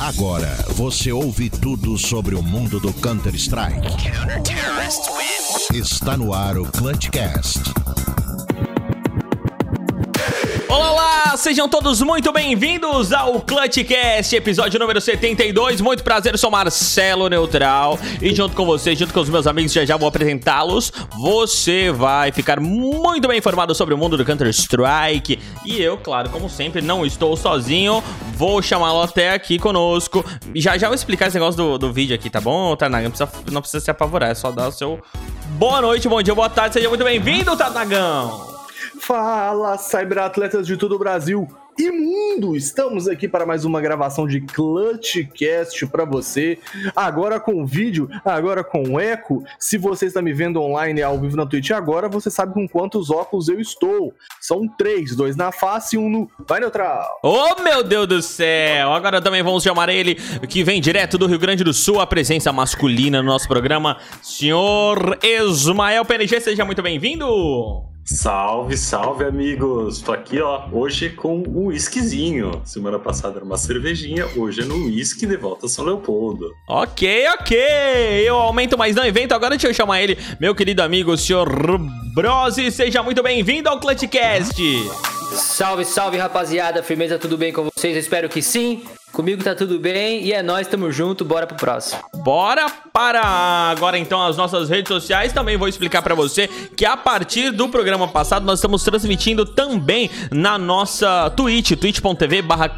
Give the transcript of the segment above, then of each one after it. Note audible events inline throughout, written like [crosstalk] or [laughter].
Agora você ouve tudo sobre o mundo do Counter-Strike. Está no ar o Clutchcast. Olá, olá! Sejam todos muito bem-vindos ao Clutchcast, episódio número 72. Muito prazer, eu sou Marcelo Neutral. E junto com você, junto com os meus amigos, já já vou apresentá-los. Você vai ficar muito bem informado sobre o mundo do Counter-Strike. E eu, claro, como sempre, não estou sozinho. Vou chamá-lo até aqui conosco. Já já vou explicar esse negócio do, do vídeo aqui, tá bom, Tarnaga? Não precisa, não precisa se apavorar, é só dar o seu... Boa noite, bom dia, boa tarde, seja muito bem-vindo, Tarnagão! Fala, cyberatletas de todo o Brasil e mundo! Estamos aqui para mais uma gravação de Clutchcast para você. Agora com vídeo, agora com eco. Se você está me vendo online ao vivo na Twitch agora, você sabe com quantos óculos eu estou. São três, dois na face e um no... Vai, Neutral! Ô Oh, meu Deus do céu! Agora também vamos chamar ele, que vem direto do Rio Grande do Sul, a presença masculina no nosso programa, senhor Ismael PNG, seja muito bem-vindo! Salve, salve, amigos! Tô aqui, ó, hoje com um whiskyzinho. Semana passada era uma cervejinha, hoje é no whisky de volta a São Leopoldo. Ok, ok! Eu aumento, mas não invento. Agora deixa eu chamar ele, meu querido amigo, senhor Brose, seja muito bem-vindo ao Clutchcast! Salve, salve rapaziada, firmeza, tudo bem com vocês? Eu espero que sim. Comigo tá tudo bem e é nóis, tamo junto, bora pro próximo. Bora para agora então as nossas redes sociais. Também vou explicar para você que a partir do programa passado nós estamos transmitindo também na nossa Twitch, twitch.tv barra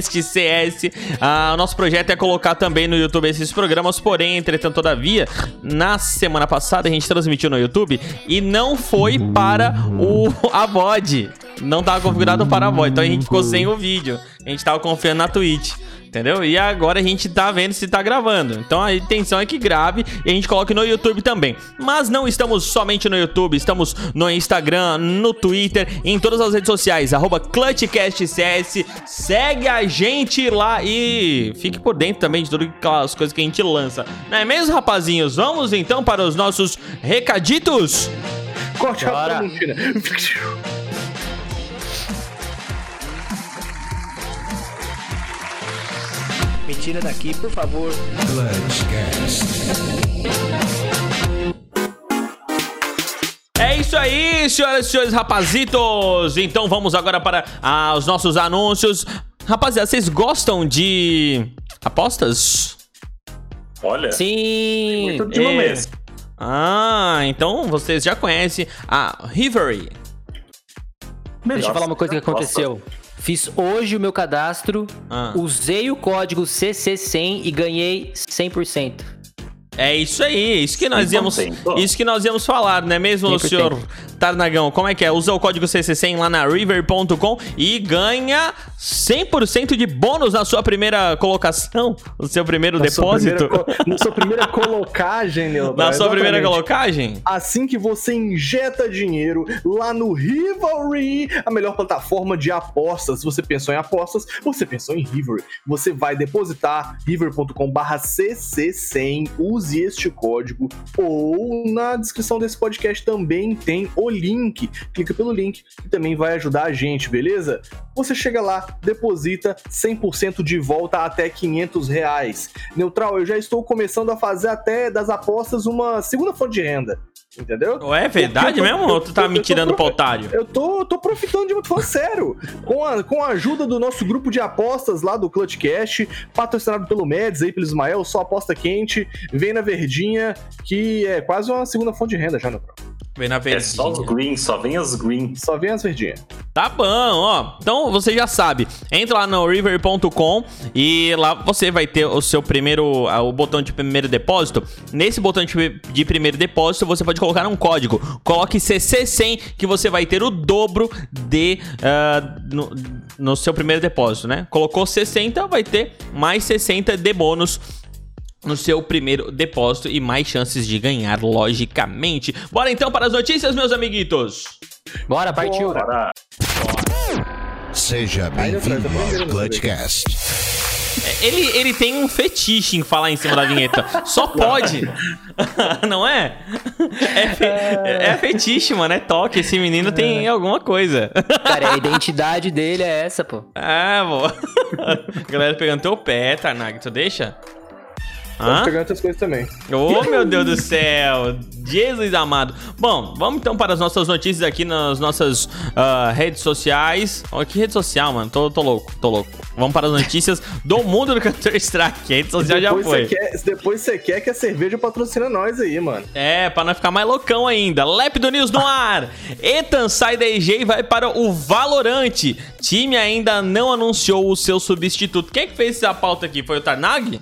ClutchcastCS. Ah, o nosso projeto é colocar também no YouTube esses programas, porém, entretanto, todavia, na semana passada a gente transmitiu no YouTube e não foi para o a VOD. Não tava configurado para a VOD, então a gente ficou sem o vídeo. A gente tava confiando na Twitch. Entendeu? E agora a gente tá vendo se tá gravando. Então a intenção é que grave e a gente coloque no YouTube também. Mas não estamos somente no YouTube, estamos no Instagram, no Twitter, em todas as redes sociais, arroba ClutchCastCS. Segue a gente lá e fique por dentro também de todas as coisas que a gente lança. Não é mesmo, rapazinhos? Vamos então para os nossos recaditos? Corte Bora. a China. Me tira daqui, por favor. Clutchcast. É isso aí, senhoras e senhores rapazitos! Então vamos agora para ah, os nossos anúncios. Rapaziada, vocês gostam de apostas? É. Olha, Sim! de uma É. vez. Ah, então vocês já conhecem a Rivery. Deixa eu falar uma coisa que Nossa. aconteceu. Fiz hoje o meu cadastro, Ah. usei o código CC100 e ganhei 100%. É isso aí, isso que nós íamos, contento. isso que nós íamos falar, não é mesmo, Sempre senhor Tarnagão? Como é que é? Usa o código CC100 lá na river.com e ganha 100% de bônus na sua primeira colocação, no seu primeiro Na sua depósito. primeira co- Na sua primeira [laughs] colocagem, Neutral. Na sua primeira exatamente. colocagem? assim que você injeta dinheiro lá no Rivalry, a melhor plataforma de apostas. Se você pensou em apostas, você pensou em Rivalry. Você vai depositar river.com/cc100, use este código ou na descrição desse podcast também tem o link. Clica pelo link que também vai ajudar a gente, beleza? Você chega lá, deposita 100% de volta até 500 reais. Neutral, eu já estou começando a fazer até das apostas uma segunda fonte de renda. Entendeu? Ué, é verdade Eu tô- mesmo? Ou tu eu tá tô- me eu tô tirando pro- pro otário? Eu tô, tô profitando de uma fã sério. Com a, com a ajuda do nosso grupo de apostas lá do Clutchcast, patrocinado pelo Meds aí, pelo Ismael, só aposta quente, vem na verdinha, que é quase uma segunda fonte de renda já, Neutral. Vem na É só os verdinha. green, só vem as green. Só vem as verdinhas. Tá bom, ó. Então você já sabe. Entra lá no river.com e lá você vai ter o seu primeiro. ah, O botão de primeiro depósito. Nesse botão de de primeiro depósito, você pode colocar um código. Coloque CC100 que você vai ter o dobro de. ah, no, no seu primeiro depósito, né? Colocou 60, vai ter mais 60 de bônus no seu primeiro depósito e mais chances de ganhar, logicamente. Bora então para as notícias, meus amiguitos. Bora, partiu! Bora. Seja bem-vindo ao Clutchcast. Ele, ele tem um fetiche em falar em cima da vinheta. [laughs] Só pode. Não é? É, fe- é fetiche, mano. É toque. Esse menino tem alguma coisa. [laughs] Cara, a identidade dele é essa, pô. Ah, vou. [laughs] Galera pegando teu pé, Tarnag. Tu deixa? Pode Hã? pegar outras coisas também. Oh, meu Deus do céu! Jesus amado. Bom, vamos então para as nossas notícias aqui nas nossas ah, redes sociais. Ó, que rede social, mano? Tô, tô louco, tô louco. Vamos para as notícias do mundo do Counter Strike. A rede social já depois, foi. você quer, depois você quer que a cerveja patrocina nós aí, mano. É, pra não ficar mais loucão ainda. Lep do News no [laughs] ar. Ethan sai da EG e vai para o Valorante. Time ainda não anunciou o seu substituto. Quem é que fez essa pauta aqui? Foi o Tarnag?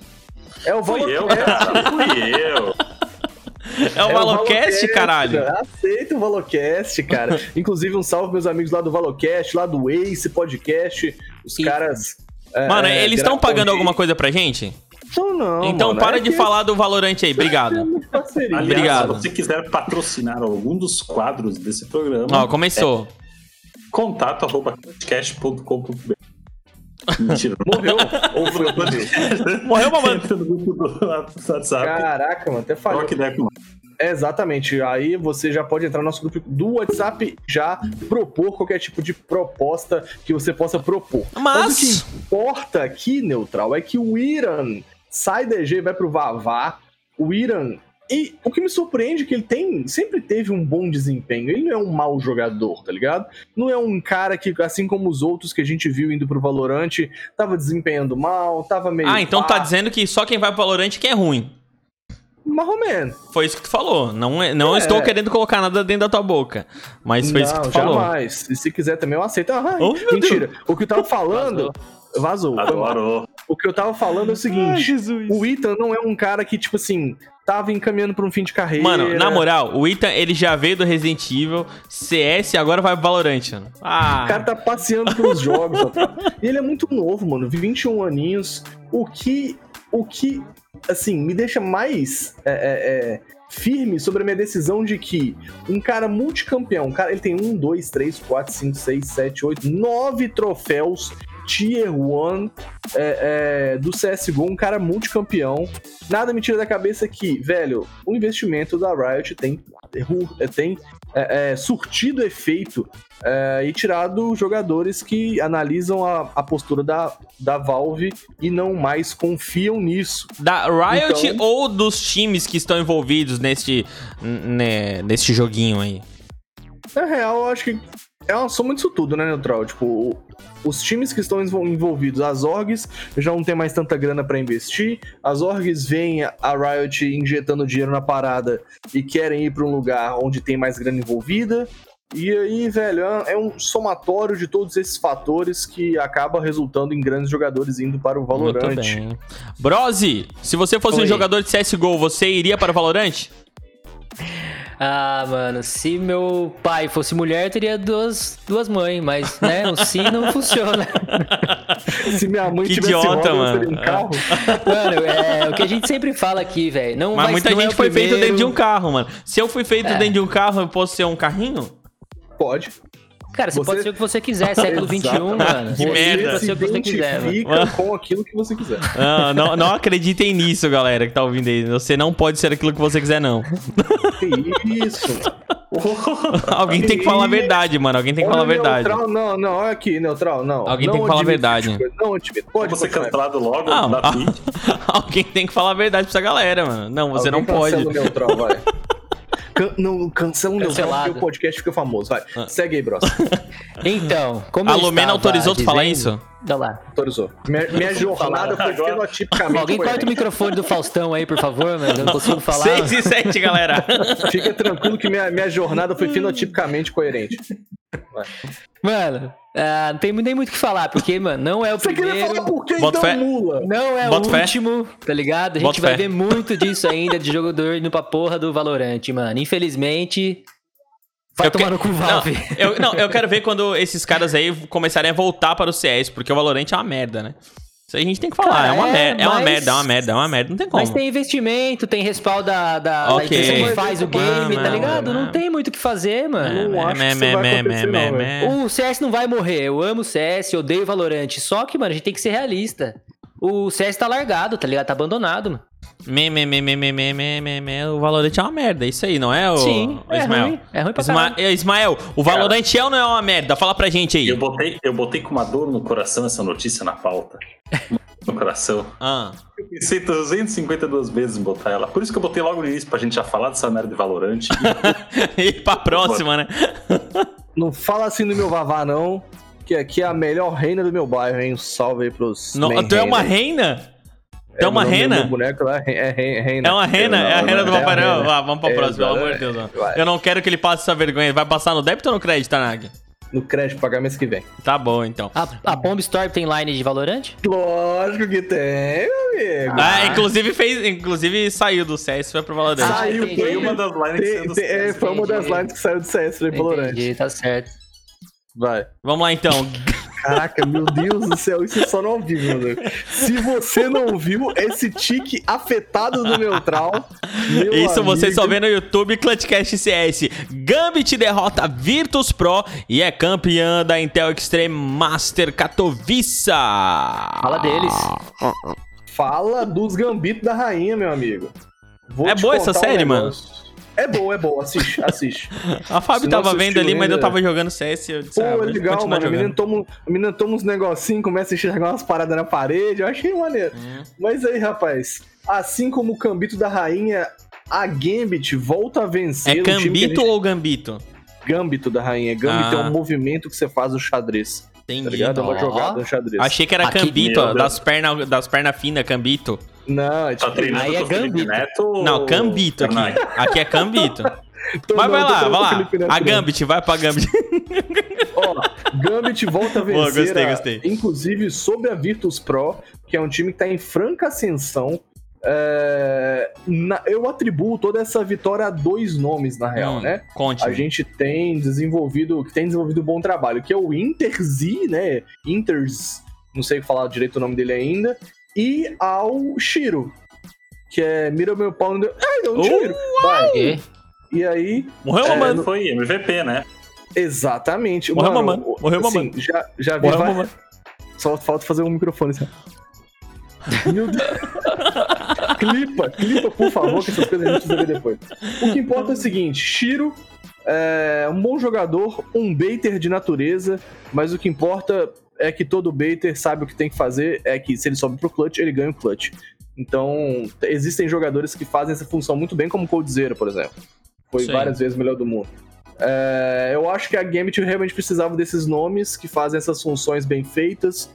É o Fui valor. eu, cara. Fui eu. [laughs] É o É Valocast, caralho. cara. Aceita o Valocast, [laughs] cara. Inclusive, um salve meus amigos lá do Valocast, lá do Ace Podcast. Os Ih. caras. é, Mano, eles estão pagando alguma coisa pra gente? coisa? Não, então mano, para é de que falar do Valorante aí, [laughs] obrigado. é parceria. Aliás, Obrigado. se você quiser patrocinar algum dos quadros desse É. programa, Ó, começou. contato arroba podcast.com.br. Mentira. Morreu. Ou foi o Morreu uma [laughs] mano. Entra no grupo do WhatsApp. Caraca, mano, até falhou. Troca ideia com É, Exatamente. Aí você já pode entrar no nosso grupo do WhatsApp já propor qualquer tipo de proposta que você possa propor. o que Mas- importa aqui, Neutral, é que o Iran sai da EG, vai pro Vavá. O Iran. E o que me surpreende é que ele tem, sempre teve um bom desempenho. Ele não é um mau jogador, tá ligado? Não é um cara que, assim como os outros que a gente viu indo pro Valorante, tava desempenhando mal, tava meio. Ah, então tá pá, dizendo que só quem vai pro Valorante que é ruim. Mais ou menos. Foi isso que tu falou. Não, é- não É. estou querendo colocar nada dentro da tua boca. Mas foi isso que tu falou. jamais. E se quiser também eu aceito. Ah, Oh, meu mentira. O que eu tava [laughs] falando. Vazou. foi mal. Adoro. O que eu tava falando é o seguinte: Jesus. o Ethan não é um cara que, tipo assim, tava encaminhando pra um fim de carreira. Mano, na moral, o Ethan, ele já veio do Resident Evil, CS e agora vai pro Valorante, mano. Ah, O cara tá passeando pelos jogos. ó. E ele é muito novo, mano. 21 aninhos. O que. O que. Assim, me deixa mais. é, é, é, firme sobre a minha decisão de que um cara multicampeão, um cara, ele tem um, dois, três, quatro, cinco, seis, sete, oito, nove troféus Tier 1 é, é, do CSGO, um cara multicampeão. Nada me tira da cabeça que, velho, o investimento da Riot tem, é, tem é, é, surtido efeito é, e tirado jogadores que analisam a, a postura da, da Valve e não mais confiam nisso. da Riot Então- ou dos times que estão envolvidos neste, né, neste joguinho aí? Na real, eu acho que é uma soma disso tudo, né, Neutral? Tipo, o- os times que estão envol- envolvidos, as orgs, já não tem mais tanta grana pra investir, as orgs veem a Riot injetando dinheiro na parada e querem ir pra um lugar onde tem mais grana envolvida. E aí, velho, é é um somatório de todos esses fatores que acaba resultando em grandes jogadores indo para o Muito Valorant. bem. Brose, se você fosse um Oi. jogador de CSGO, você iria para o Valorant? Ah, mano, se meu pai fosse mulher, eu teria duas, duas mães, mas, né, o sim não funciona. [laughs] Se minha mãe Que tivesse idiota, roda, eu mano. Ah. teria um carro. [laughs] Mano, é o que a gente sempre fala aqui, velho. Não Mas vai- muita não é gente o foi feito primeiro. dentro de um carro, mano. Se eu fui feito É. dentro de um carro, eu posso ser um carrinho? Pode. Cara, você, Você- pode ser o que você [laughs] quiser, século XXI, mano. Que merda. Você pode Se ser o que né? você quiser, mano. identifica com aquilo que [laughs] você quiser. Ah, não, não acreditem nisso, galera, que tá ouvindo aí. Você não pode ser aquilo que você quiser, não. Que isso, mano. Alguém tem que falar a verdade, mano. Alguém tem que falar a Olha, verdade. Neutral, não, não, olha aqui, neutral, não. Alguém Não tem que falar a admito verdade. essas coisas, Não, admito. Pode né? Vou ser continuar. cancelado logo Ah, na Twitch. [laughs] Alguém tem que falar a verdade pra essa galera, mano. Não, você Alguém tá não pode. Cancela o [laughs] neutral, vai. [laughs] Can- não, cancela o neutral, Cancelado. porque o podcast fica famoso. Vai, Ah. segue aí, bro. Então, como A eu Lumena estava autorizou tu falar dizendo- Olha lá. Autorizou. Minha, minha jornada foi Agora- fenotipicamente Alguém corta o coerente. microfone do Faustão aí, por favor, mas eu [laughs] não consigo falar. 6 e 7, galera. Fica tranquilo que minha, minha jornada foi fenotipicamente coerente. Mano, ah, não tem nem muito o que falar, porque, mano, não é o Você queria primeiro. falar por que Bota então, fé. mula? Não é Bota o fé. último, tá ligado? A gente Bota vai fé. ver muito disso ainda de jogador indo pra porra do Valorante, mano. Infelizmente. [laughs] Vai Eu que- tomar no cu, Valve. Não eu, não, [laughs] eu quero ver quando esses caras aí começarem a voltar para o CS, porque o Valorant é uma merda, né? Isso aí a gente tem que falar. Cara, é, uma é, merda, é uma mas- merda, é uma merda, é uma merda. Não tem como. Mas tem investimento, tem respaldo da, da, da Ok. empresa que faz o Não, game, tá não, ligado? não. Não tem muito o que fazer, É, mano. Não acho que isso vai acontecer, não, O CS não vai morrer. Eu amo o CS, eu odeio o Valorante. Só que, mano, a gente tem que ser realista. o CS tá largado, tá ligado? Tá abandonado, mano. Me, me, me, me, me, me, me, me, me, o Valorant é uma merda, é isso aí, não é, o, Sim, o é Ismael? ruim, é ruim pra Isma- Ismael, o Valorant é ou não é uma merda? Fala pra gente aí. Eu botei, eu botei com uma dor no coração essa notícia na [laughs] pauta. No coração. Ah, [laughs] Eu pensei 252 vezes em botar ela. Por isso que eu botei logo no início, pra gente já falar dessa merda de Valorante. [laughs] e pra próxima, né? Não fala assim do meu Vavá, não. Que aqui é a melhor reina do meu bairro, hein? Um salve aí pros. No- men tu é uma reina. reina? Tu é uma meu nome do rena? Meu boneco lá é, é re- reina. É uma rena? não, É a não, rena do não, Papai é a Noel? rena. Ah, vamos pra É, próxima, pelo vai, amor de Deus. ó. vai. Eu não quero que ele passe essa vergonha. Vai passar no débito ou no crédito, Tanag? No crédito, pagamento que vem. Tá bom, então. A, a Bomb Storm tem line de Valorant? Lógico que tem, meu amigo. Ah, inclusive fez, inclusive saiu do CS, foi pro Valorant. Ah, Saiu, foi entendi. uma das lines que Tem- saiu do tem- é, CS. foi uma das Entendi. lines que saiu do CS do Valorant. Entendi, tá certo. Vai. Vamos lá então. Caraca, meu Deus do céu, isso é só não ouvi, meu Deus. Se você não viu esse tique afetado do [laughs] Neutral, meu Isso você só amigo, vê no YouTube Clutchcast CS. Gambit derrota Virtus Pro e é campeã da Intel Extreme Master Katowice. Fala deles. Ah. Fala dos gambitos da rainha, meu amigo. Vou É te boa essa contar um série, mano? negócio. É boa, é [laughs] boa. Assiste, assiste. A Fábio Se não tava vendo assistiu ali, mas ainda- eu tava jogando CS. Eu disse, Pô, ah, é vou legal, continuar mano. A jogando. menina, toma, um, a menina toma uns negocinhos, começa a enxergar umas paradas na parede. Eu achei maneiro. É. Mas aí, rapaz, assim como o Cambito da Rainha, a Gambit volta a vencer. É o time que a Gambito gente- ou Gambito? Gambito da Rainha. Gambito Ah. é um movimento que você faz no xadrez. Tá Entendi. ligado? É uma Ó. jogada no xadrez. Achei que era Aqui- Cambito, Meu ó, Deus. das né? pernas das perna finas, Cambito. Não, é Tá tipo... treinando Aí é com o Felipe Gambito. Neto, Não, Cambito aqui. Fernandes? Aqui é Cambito. [laughs] Tô- Mas não, vai tô lá, falando vai com o Felipe né? Neto, lá. A não. Gambit, vai pra Gambit. Ó, Gambit volta a vencer. Boa, gostei, a- gostei. Inclusive sobre a Virtus Pro, que é um time que tá em franca ascensão. É, na- eu atribuo toda essa vitória a dois nomes, na real, Hum, né? Conte. A gente tem desenvolvido, que tem desenvolvido um bom trabalho, que é o Interzi, né? Inters, não sei falar direito o nome dele ainda, e ao Shiro, que é mira meu pau no deu. Ai, deu um Uh, tiro. Vai. E? E aí, Morreu É, uma não mano. foi MVP, né? exatamente. Morreu Mano, mamãe, morreu assim, mamãe. Já, já vi Morreu várias- uma mano. Só falta fazer um microfone assim. Meu Deus. clipa, clipa, por favor, que essas coisas a gente precisa ver depois. O que importa é o seguinte: Shiro é um bom jogador, um baiter de natureza, mas o que importa é que todo baiter sabe o que tem que fazer, é que se ele sobe pro clutch, ele ganha o clutch. Então, t- existem jogadores que fazem essa função muito bem, como o Coldzera, por exemplo. Foi Sim. várias vezes melhor do mundo. É, eu acho que a Gambit realmente precisava desses nomes que fazem essas funções bem feitas.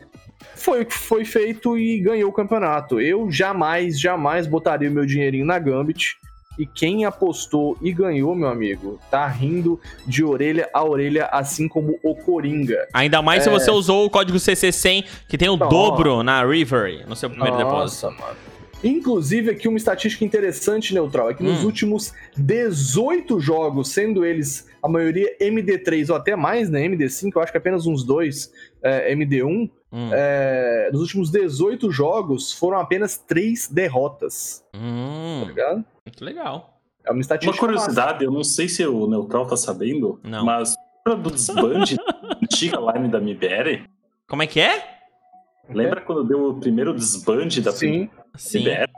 Foi o que foi feito e ganhou o campeonato. Eu jamais, jamais botaria o meu dinheirinho na Gambit. E quem apostou e ganhou, meu amigo, tá rindo de orelha a orelha, assim como o Coringa. Ainda mais É. se você usou o código CC100, que tem o Nossa. dobro na River, no seu primeiro depósito. mano. Inclusive, aqui uma estatística interessante, Neutral, é que nos Hum. últimos 18 jogos, sendo eles a maioria MD3 ou até mais, né? MD5, eu acho que apenas uns dois é, MD1. Hum. é, nos últimos 18 jogos, foram apenas três derrotas. Hum, Tá ligado? muito legal. É uma estatística. Uma curiosidade, eu não sei se o Neutral tá sabendo, Não. mas lembra do [laughs] desbande da antiga line da MBR? Como é que é? massa. Lembra quando deu o primeiro desbande da É. Sim, Sim. MBR?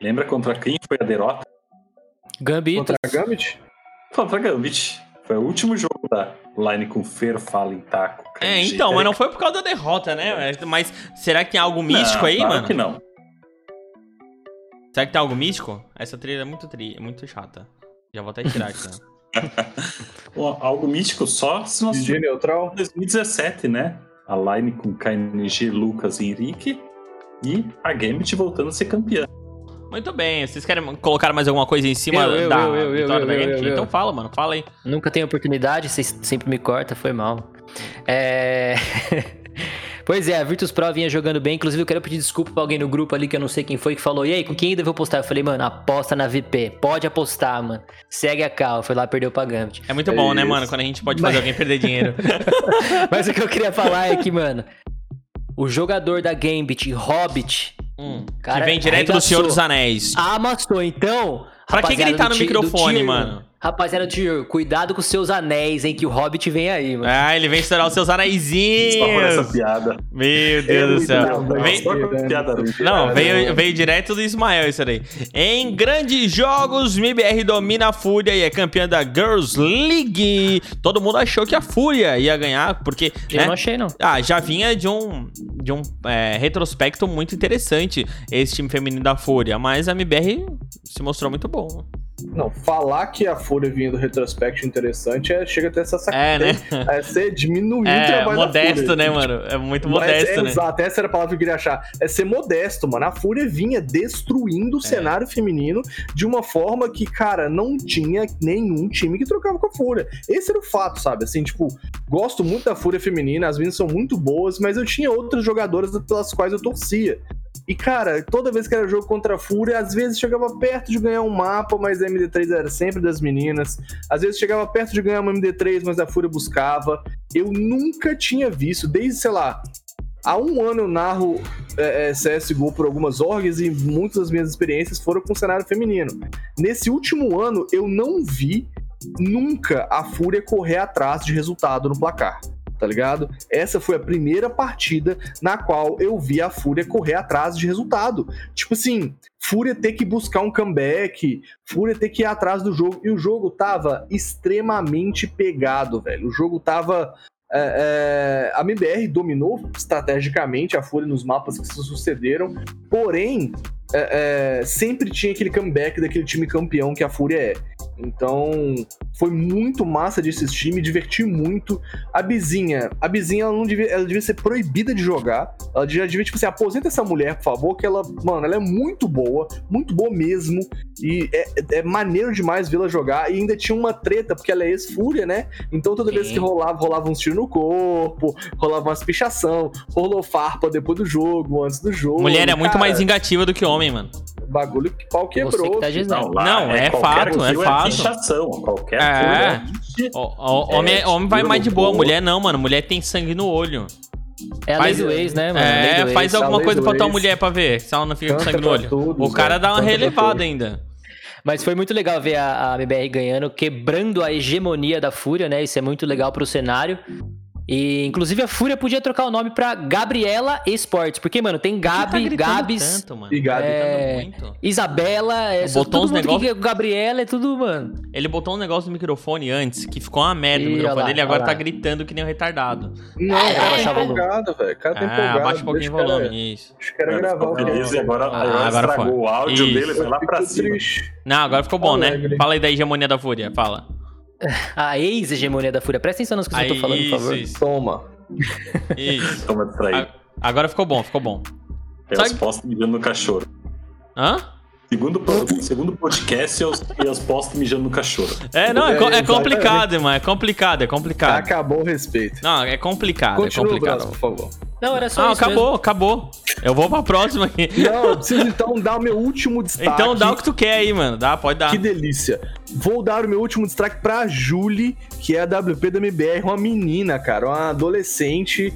Lembra contra quem foi a derrota? Gambito. contra a Gambit? Contra a Gambit. Foi o último jogo da line com Fer, Fala em Taco. É, Kanji, então, mas não Erika. foi por causa da derrota, né? Mas será que tem algo místico Não, aí, claro mano? que não. Será que tem algo místico? Essa trilha é muito, tri... muito chata. Já vou até tirar aqui. né? Ó, Algo místico só se nós DJ Neutral? 2017, né? A line com KNG, Lucas e Henrique. E a Gambit voltando a ser campeã. muito bem, vocês querem colocar mais alguma coisa em cima Eu, eu, da eu, eu, eu, vitória eu, da eu, Gambit? eu, eu. Então fala, mano, fala aí. Nunca tenho oportunidade, vocês sempre me cortam, foi mal. É. [laughs] pois é, a Virtus Pro vinha jogando bem. Inclusive, eu quero pedir desculpa pra alguém no grupo ali que eu não sei quem foi que falou: E aí, com quem ainda vou postar? Eu falei, mano, aposta na VP. Pode apostar, mano. Segue a cal. Foi lá, perdeu pra Gambit. É muito bom, né, Isso. mano, quando a gente pode fazer alguém perder [laughs] dinheiro. Mas o que eu queria falar é que, mano, o jogador da Gambit, Hobbit, Hum, Cara, que vem direto do arregaçou. Senhor dos Anéis. amassou. Então. pra que rapaziada gritar do no ti- do microfone, tier- mano? Rapaziada, eu te juro, cuidado com os seus anéis, hein? Que o Hobbit vem aí, mano. Ah, ele vem estourar os seus Só por essa anaizinhos. piada. Meu Deus do céu. Não, Vem, Só com a piada. Não, É, veio, veio direto do Ismael isso aí. Em grandes jogos, MBR domina a Fúria e é campeã da Girls League. Todo mundo achou que a Fúria ia ganhar, porque. Eu né? não achei, não. Ah, já vinha de um, de um é, retrospecto muito interessante esse time feminino da Fúria, mas a MBR se mostrou muito bom. Não, falar que a Fúria vinha do retrospecto interessante é, chega até essa É, [laughs] né? É, ser diminuir o É, trabalho da modesto, Fúria. né, mano? É muito Mas modesto, é, né? Exato, essa era a palavra que eu queria achar. É ser modesto, mano. A Fúria vinha É. destruindo o cenário feminino de uma forma que, cara, não tinha nenhum time que trocava com a Fúria. Esse era o fato, sabe? Assim, tipo, gosto muito da Fúria feminina, as meninas são muito boas, mas eu tinha outras jogadoras pelas quais eu torcia. E, cara, toda vez que era jogo contra a Fúria, às vezes chegava perto de ganhar um mapa, mas a MD3 era sempre das meninas. Às vezes chegava perto de ganhar uma MD3, mas a Fúria buscava. Eu nunca tinha visto, desde, sei lá, Há um ano eu narro é, é, CSGO por algumas orgs e muitas das minhas experiências foram com o cenário feminino. Nesse último ano, eu não vi nunca a Fúria correr atrás de resultado no placar. Tá ligado? Essa foi a primeira partida na qual eu vi a Fúria correr atrás de resultado. Tipo assim, Fúria ter que buscar um comeback, Fúria ter que ir atrás do jogo. E o jogo tava extremamente pegado, velho. O jogo tava. É, é, a MBR dominou estrategicamente a Fúria nos mapas que se sucederam, porém, é, é, sempre tinha aquele comeback daquele time campeão que a Fúria é. Então, foi muito massa de assistir, me diverti muito. A Bizinha, a Bizinha, ela, não devia, ela devia ser proibida de jogar. Ela já devia, tipo assim, aposenta essa mulher, por favor, que ela, mano, ela é muito boa, muito boa mesmo. E é, é maneiro demais vê-la jogar. E ainda tinha uma treta, porque ela é ex-fúria, né? Então toda vez Sim. que rolava, rolava uns tiros no corpo, rolava umas pichação, rolou farpa depois do jogo, antes do jogo. Mulher é muito Cara, mais vingativa do que homem, mano. Bagulho que pau Você quebrou. que tá Não, dizendo. lá Não, é qualquer fato, é furo fato. fichação, qualquer É. furo ficha- O, o- homem, É, homem vai tiro mais de no boa, cu. mulher não, mano. Mulher tem sangue no olho. É a lei Faz- do ex, né, mano? A lei É, do faz ex. a alguma lei coisa do pra tua ex. mulher pra ver se ela não fica com Canta sangue no pra olho. todos, o cara velho. dá uma Canta pra relevada todos. ainda. Mas foi muito legal ver a, a MBR ganhando, quebrando a hegemonia da Fúria, né? Isso é muito legal pro cenário. E, inclusive, a Fúria podia trocar o nome pra Gabriela Esportes. Porque, mano, tem Gabi, Gabs, tá Tanto, mano? Obrigado. É, Muito. Isabela, é, só- Botou todo uns mundo negócio- que Gabriela é tudo, mano. Ele botou um negócio no microfone antes, que ficou uma merda Ih, no olha microfone lá, dele, e agora olha tá lá. gritando que nem um retardado. Não, Ah, o cara abaixar o tá volume. empolgado, velho. O cara tá Ah, empolgado. abaixa um pouquinho deixa o o cara- volume, isso. Deixa o cara Agora gravar. ficou o negócio. beleza, e agora, Ah, agora agora estragou foi. o áudio Isso. dele, vai lá pra Fico cima. triste. Não, agora ficou bom, né? Alegre. Fala aí da hegemonia da fúria, fala. A ex-hegemonia da Fúria. Presta atenção nas coisas Aí, que eu tô tá falando, por isso, favor. isso, Toma. isso. Toma distraído. A- Agora ficou bom, ficou bom. É sabe- os postos mijando no cachorro. Hã? Segundo, po- segundo podcast é os, e os postos mijando no cachorro. É, não, é, É, co- é exatamente. complicado, irmão. É complicado, é Ah. complicado. Acabou o respeito. Não, é complicado, é Continua, complicado. Brasil, por favor. Não, era só Ah, isso mesmo. acabou, acabou. Eu vou pra próxima aqui. [laughs] Não, eu preciso então dar o meu último Tá destaque. Então dá o que tu quer aí, mano. Dá, pode dar. Que delícia. Vou dar o meu último destaque pra Julie, que é a WP da MBR, uma menina, cara, uma adolescente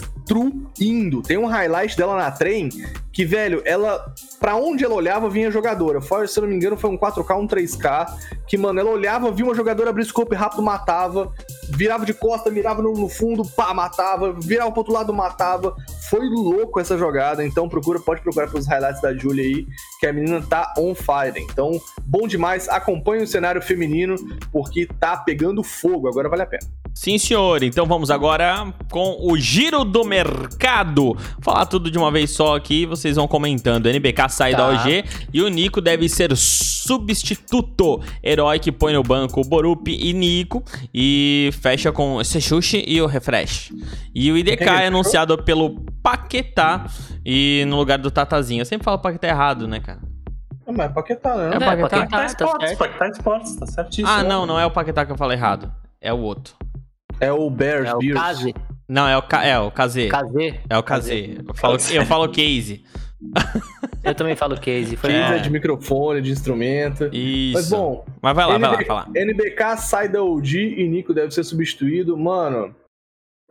destruindo. Tem um highlight dela na trem que, velho, ela pra onde ela olhava vinha jogadora. Foi, se eu não me engano, foi um 4K, um 3K, que, mano, ela olhava, via uma jogadora abrir scope rápido, matava, virava de costa, mirava no, no fundo, pá, matava, virava pro outro lado, matava. Foi louco essa jogada, então procura, pode procurar pelos highlights da Julia aí, que a menina tá on fire. Então, bom demais, acompanhe o cenário feminino, porque tá pegando fogo, agora vale a pena. Sim, senhor. Então vamos agora com o giro do mercado. Falar tudo de uma vez só aqui, vocês vão comentando. NBK sai da Tá. OG e o Nico deve ser substituto. Herói que põe no banco Borup e Nico e fecha com Sechushi e o Refresh. E o IDK é anunciado pelo Paquetá e no lugar do Tatazinho. Eu sempre falo Paquetá errado, né, cara? Mas paquetar, né? Não, é, pra quem Paquetá. tá, Tá tá certo. esportes, tá esportes, tá certíssimo. Ah, não, não é o Paquetá que eu falo errado. É o outro. É o Bears É o Beers. Kaze. Não, é o, K é o KZ. Kaze. É o KZ. Eu falo, eu falo case. Eu também falo Casey. Foi Case mal. é de microfone, de instrumento. Isso. Mas bom, Mas vai lá, vai lá, NBK [laughs] vai lá. NBK sai da OG e Nico deve ser substituído. Mano,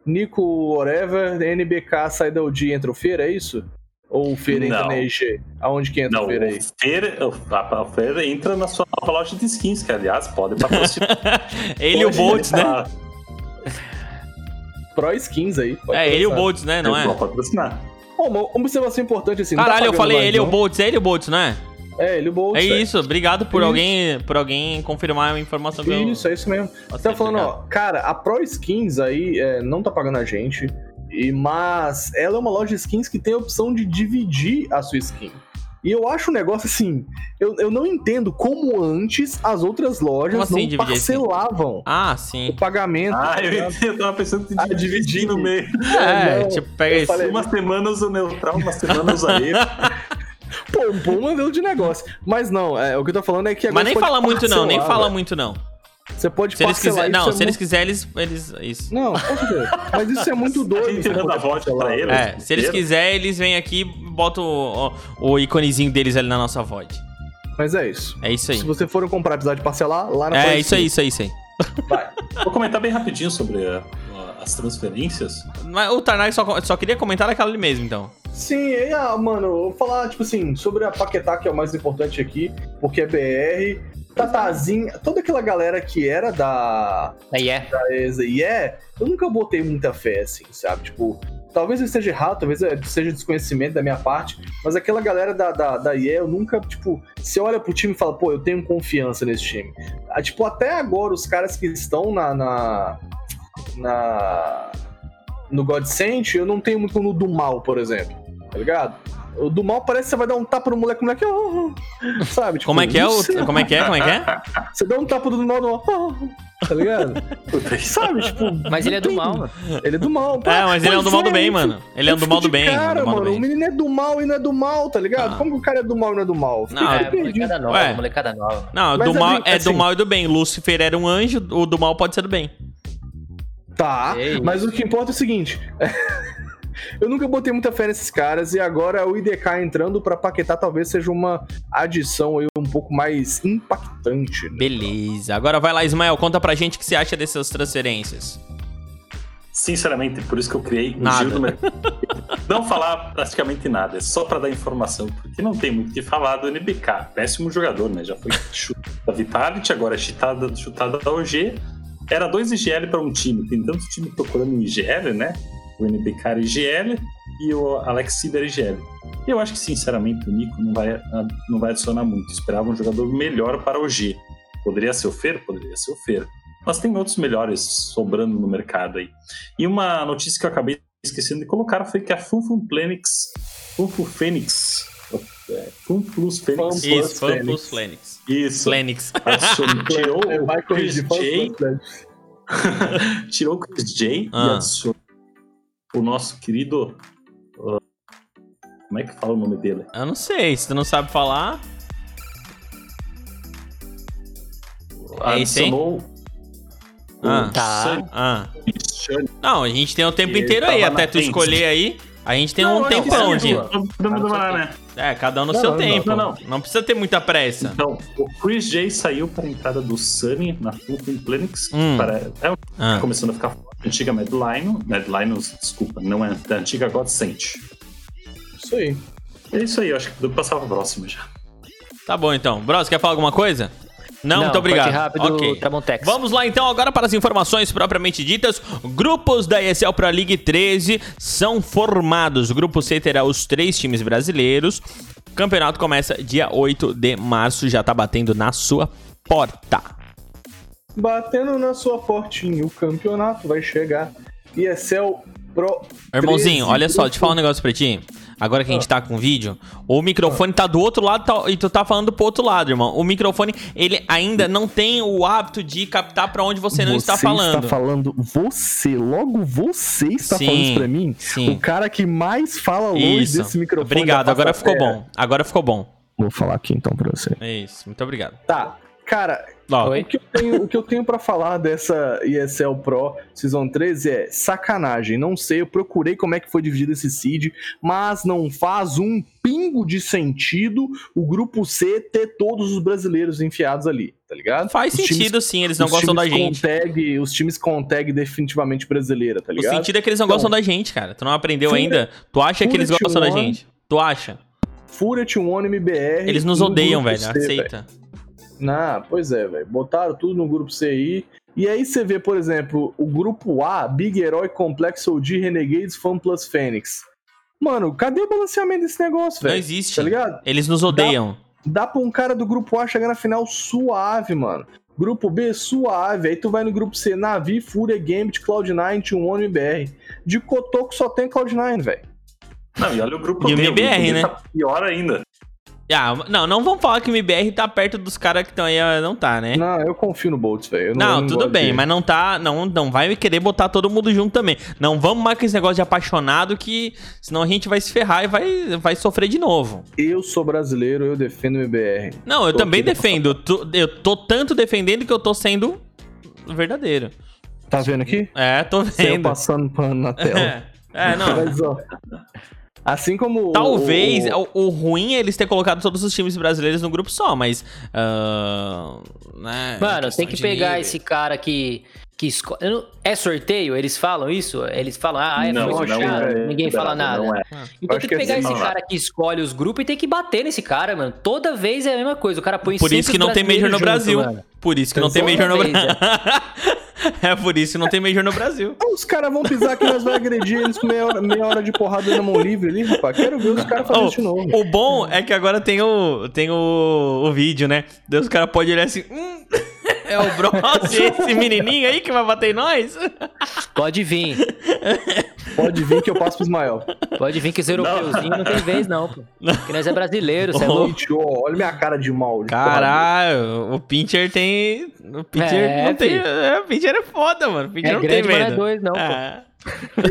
Nico whatever, NBK sai da OG e entra o Feira, é isso? Ou o Fer entra Não. na EG? Aonde que entra Não, o Fer aí? o Fer, o- a, a Fer entra na sua nova loja de skins, que aliás [laughs] pode patrocinar. Ele e o Pode Boltz, né? patrocinar. Pro Skins aí. pode É, ele e o pensar. Boltz, né? Não é? Pode patrocinar. Ó, Uma, uma observação importante assim. não tá Caralho, eu pagando falei nós, ele e o não. Boltz, é ele e o Boltz, não é? É, ele e o Bolt. É é. isso, obrigado por Isso. alguém por alguém confirmar a informação que eu... Isso, é isso mesmo. Você Nossa, tá falando, obrigado. ó, cara, a Pro Skins aí é, não tá pagando a gente, e, mas ela é uma loja de skins que tem a opção de dividir a sua skin. E eu acho um negócio assim, eu, eu não entendo como antes as outras lojas Como assim, dividir não a skin? parcelavam Ah, o sim. pagamento. Ah, tá eu, ligado? eu tava pensando em Ah, dividir, dividir. no meio. É, não, tipo, pega eu isso. falei- Uma semana usa o neutral, uma semana usa [laughs] ele. Pô, um bom modelo de negócio. Mas não, é, o que eu tô falando é que agora Mas nem você pode fala muito não, nem parcelar, fala velho. muito não. Você pode Se eles parcelar quiserem, isso não, é se eles muito- quiserem, eles, eles isso. Não, com certeza. mas isso é [laughs] muito A doido. gente você dando a poder volta parcelar, pra velho. ele. É, se eles quiserem, eles vêm aqui e botam o, o, o iconezinho deles ali na nossa voz. Mas é isso. É isso aí. Se você for comprar, precisar de parcelar, lá na É, Pro isso aí, Skins. isso aí, isso aí. Vou comentar bem rapidinho sobre a- a- as transferências. Mas o Tarnag só, só queria comentar daquela ali mesmo, então. Sim, e, ah, mano, eu vou falar, tipo assim, sobre a Paquetá, que é o mais importante aqui, porque é BR, Tatazinha, toda aquela galera que era da Aí é. Eza e é, eu nunca botei muita fé, assim, sabe? Tipo, talvez eu esteja errado, talvez eu- seja um desconhecimento da minha parte, mas aquela galera da, da, da IE, eu nunca, tipo, você olha pro time e fala, pô, eu tenho confiança nesse time. Ah, tipo, até agora, os caras que estão na. na. na- no Godsent, eu não tenho muito no do mal, por exemplo, tá ligado? O do mal parece que você vai dar um tapa no moleque, o moleque. ah, sabe? Tipo, Como é que é não o. sei. Como é que é? Como é que [laughs] é? Você dá um tapa do mal, do mal. ah, [laughs] tá ligado? sabe, tipo. Mas ele é do não tem- mal, mano. ele é do mal, pô. É, mas ele é um do mal do bem, eu fico- mano. Ele é um eu do mal do fico de bem. ele é um Cara, do mal do mano, o bem. menino é do mal e não é do mal, tá ligado? Ah. Como que o cara é do mal e não é do mal? Fiquei Não, Ah, meio é, perdido. molecada nova, Ué. molecada nova. Não, Mas do mal, assim, é do assim- mal e do bem. Lúcifer era um anjo, o do mal pode ser do bem. Tá, Ei. mas o que importa é o seguinte. [laughs] Eu nunca botei muita fé nesses caras e agora o IDK entrando pra paquetar talvez seja uma adição aí um pouco mais impactante. né? Beleza. Agora vai lá, Ismael, conta pra gente o que você acha dessas transferências. Sinceramente, por isso que eu criei o Nada. Giro do Mercado. [laughs] Não falar praticamente nada, é só pra dar informação, porque não tem muito o que falar do NBK. Péssimo jogador, né? Já foi chutado da Vitality, agora é chutada, chutada da OG. Era dois IGL pra um time, tem tanto time procurando um IGL, né? O NBK era IGL e o Alex Cid era IGL. Eu acho que, sinceramente, o Nico não vai, ah, não vai adicionar muito. Esperava um jogador melhor para a OG. Poderia ser o Fer? Poderia ser o Fer. Mas tem outros melhores sobrando no mercado aí. E uma notícia que eu acabei esquecendo de colocar foi que a Funfun Plenix, Funfun Fênix, é, Fun Plus Fênix, Fun Plus Isso, fã plus Flenix. isso, Flenix. adicionou- tirou É, vai o Chris corrigir, fala J, pra frente. tirou o Chris J Ah. e adicionou o nosso querido, ah, como é que fala o nome dele? Eu não sei, se tu não sabe falar. É esse, hein? adicionou o Ah. Tá. Sun Ah. Shun. Não, a gente tem o tempo Hum, Ele inteiro aí, tava até na tu frente. escolher aí. A gente tem Não, é um não, tempão não, de. não, não, não, não, né? É, cada um no Não, seu não, tempo. Não, não, não. precisa ter muita pressa. Então, o Chris J saiu para a entrada do Sunny na Funfun Plenix, que Hum. para, é um Ah, começando a ficar forte. Antiga Mad Lion, Mad Lion, desculpa, não é da antiga God Sent. Isso aí. É isso aí, eu acho que devo passar pra próxima já. tá bom então. Bros, quer falar alguma coisa? Não, muito obrigado. Corte rápido, tá ok. Tramontex. Vamos lá então agora para as informações propriamente ditas. Grupos da ESL Pro League 13 são formados. O grupo C terá os três times brasileiros. O campeonato começa dia 8 de março, já tá batendo na sua porta. Batendo na sua portinha, o campeonato vai chegar. ESL Pro. Irmãozinho, 13, olha só, deixa eu falar um grupo negócio pra ti. Agora que a gente tá com vídeo, o microfone tá do outro lado tá- e tu tá falando pro outro lado, irmão. O microfone, ele ainda não tem o hábito de captar pra onde você não está falando. Está falando você, logo você está Sim, falando isso pra mim. sim. O cara que mais fala longe Isso. desse microfone. Obrigado, da agora face da ficou terra. bom. Agora ficou bom. Vou falar aqui então pra você. É isso, muito obrigado. Tá, cara, Ó, Oi? o que eu tenho, o que eu tenho para falar dessa ESL Pro Season 13 é sacanagem. Não sei, eu procurei como é que foi dividido esse seed, mas não faz um pingo de sentido o grupo C ter todos os brasileiros enfiados ali, tá ligado? Faz Os times- sentido sim, eles não os gostam da times com gente. tag- os times com tag definitivamente brasileira, tá O ligado? sentido é que eles não Então, né? gostam da gente, cara. Tu não aprendeu fura- ainda? Tu acha que fura eles gostam da T1, gente? Tu acha? Fura-te um ônibus BR. Eles nos no odeiam, grupo velho. C, Aceita. Ah, pois é, velho. Botaram tudo no grupo C aí. E aí você vê, por exemplo, o grupo A, Big Herói, Complexo OG, Renegades, Fan Plus Fênix. Mano, cadê o balanceamento desse negócio, Não velho? existe. Tá ligado? Eles nos odeiam. Dá pra um cara do grupo A chegar na final suave, mano. Grupo B, suave. Aí tu vai no grupo C, Navi, Fúria, Gambit, um Cloud9, T1 e BR. De Cotoco só tem Cloud9, velho. Não, e olha o grupo E o D, MBR, grupo D né? Tá pior ainda. Ah, não, não vamos falar que o MBR tá perto dos caras que estão aí. ah, Não tá, né? Não, eu confio no Boltz, velho. Eu eu Não, tudo gosto bem, dele. mas não tá. Não, não vai querer botar todo mundo junto também. Não vamos mais com esse negócio de apaixonado que senão a gente vai se ferrar e vai, vai sofrer de novo. Eu sou brasileiro, eu defendo o MBR. Não, eu Tô também aqui pra defendo. Tu- eu tô tanto defendendo que eu tô sendo verdadeiro. Tá vendo aqui? É, tô Sem eu vendo. passando pano [laughs] na tela. É, é, não. Mas, ó, assim como. o- [laughs] [laughs] Talvez o- o, o ruim é eles terem colocado todos os times brasileiros num grupo só, mas. ah, né, Mano, questão tem que de pegar nível. esse cara que. que esco- eu não- É sorteio? Eles falam isso? Eles falam, ah, é não, não foi sorteado, é, ninguém fala Bernardo, nada. Não é. Então Acho que tem que é pegar esse assim, cara que escolhe os grupos e tem que bater nesse cara, mano. Toda vez é a mesma coisa. O cara põe Por isso que sempre os não tem Major brasileiros no junto, Brasil. mano. Por isso que não tem Toda Major no vez, Brasil. [laughs] É por isso que não tem Major no Brasil. Ah, Os caras vão pisar aqui, nós vamos agredir eles com meia hora, meia hora de porrada na mão livre ali, rapaz. Quero ver os caras fazendo Oh, isso de novo. o bom é que agora tem o, tem o, o vídeo, né? Daí os caras podem olhar assim. Hum, [laughs] é o Bros, esse menininho aí que vai bater em nós? Pode vir. Pode vir que eu passo pro Ismael. Pode vir que os europeuzinhos não tem vez, [laughs] não, pô. Porque nós é brasileiro, você é Oh. louco. Gente, ó, olha minha cara de mal. de Caralho, o Pincher tem. O Pincher É, não tem. filho. É, o Pincher é foda, mano. O Pincher [laughs] É não grande, tem mas não é medo. dois, não, pô. É. porrada.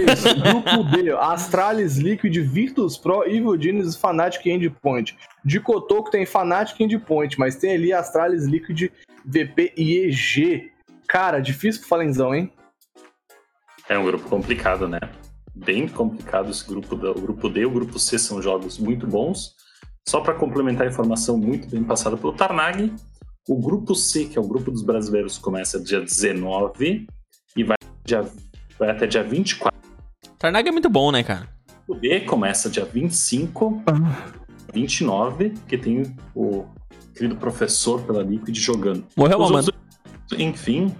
Isso, Grupo D, ó, Astralis, Liquid, Virtus Pro, Evil Genius, Fnatic e Endpoint. De Cotoco tem Fnatic e Endpoint, mas tem ali Astralis, Liquid, VP e EG. Cara, difícil pro Falenzão, hein? É um grupo complicado, né? Bem complicado esse grupo. da- O grupo D e o grupo C são jogos muito bons. Só para complementar a informação muito bem passada pelo Tarnag, o grupo C, que é o grupo dos brasileiros, começa dia 19 e vai, dia- vai até dia 24. Tarnag é muito bom, né, cara? O grupo B começa dia 25, 29, que tem o querido professor pela Liquid jogando. Morreu, Os mano. outros- Enfim,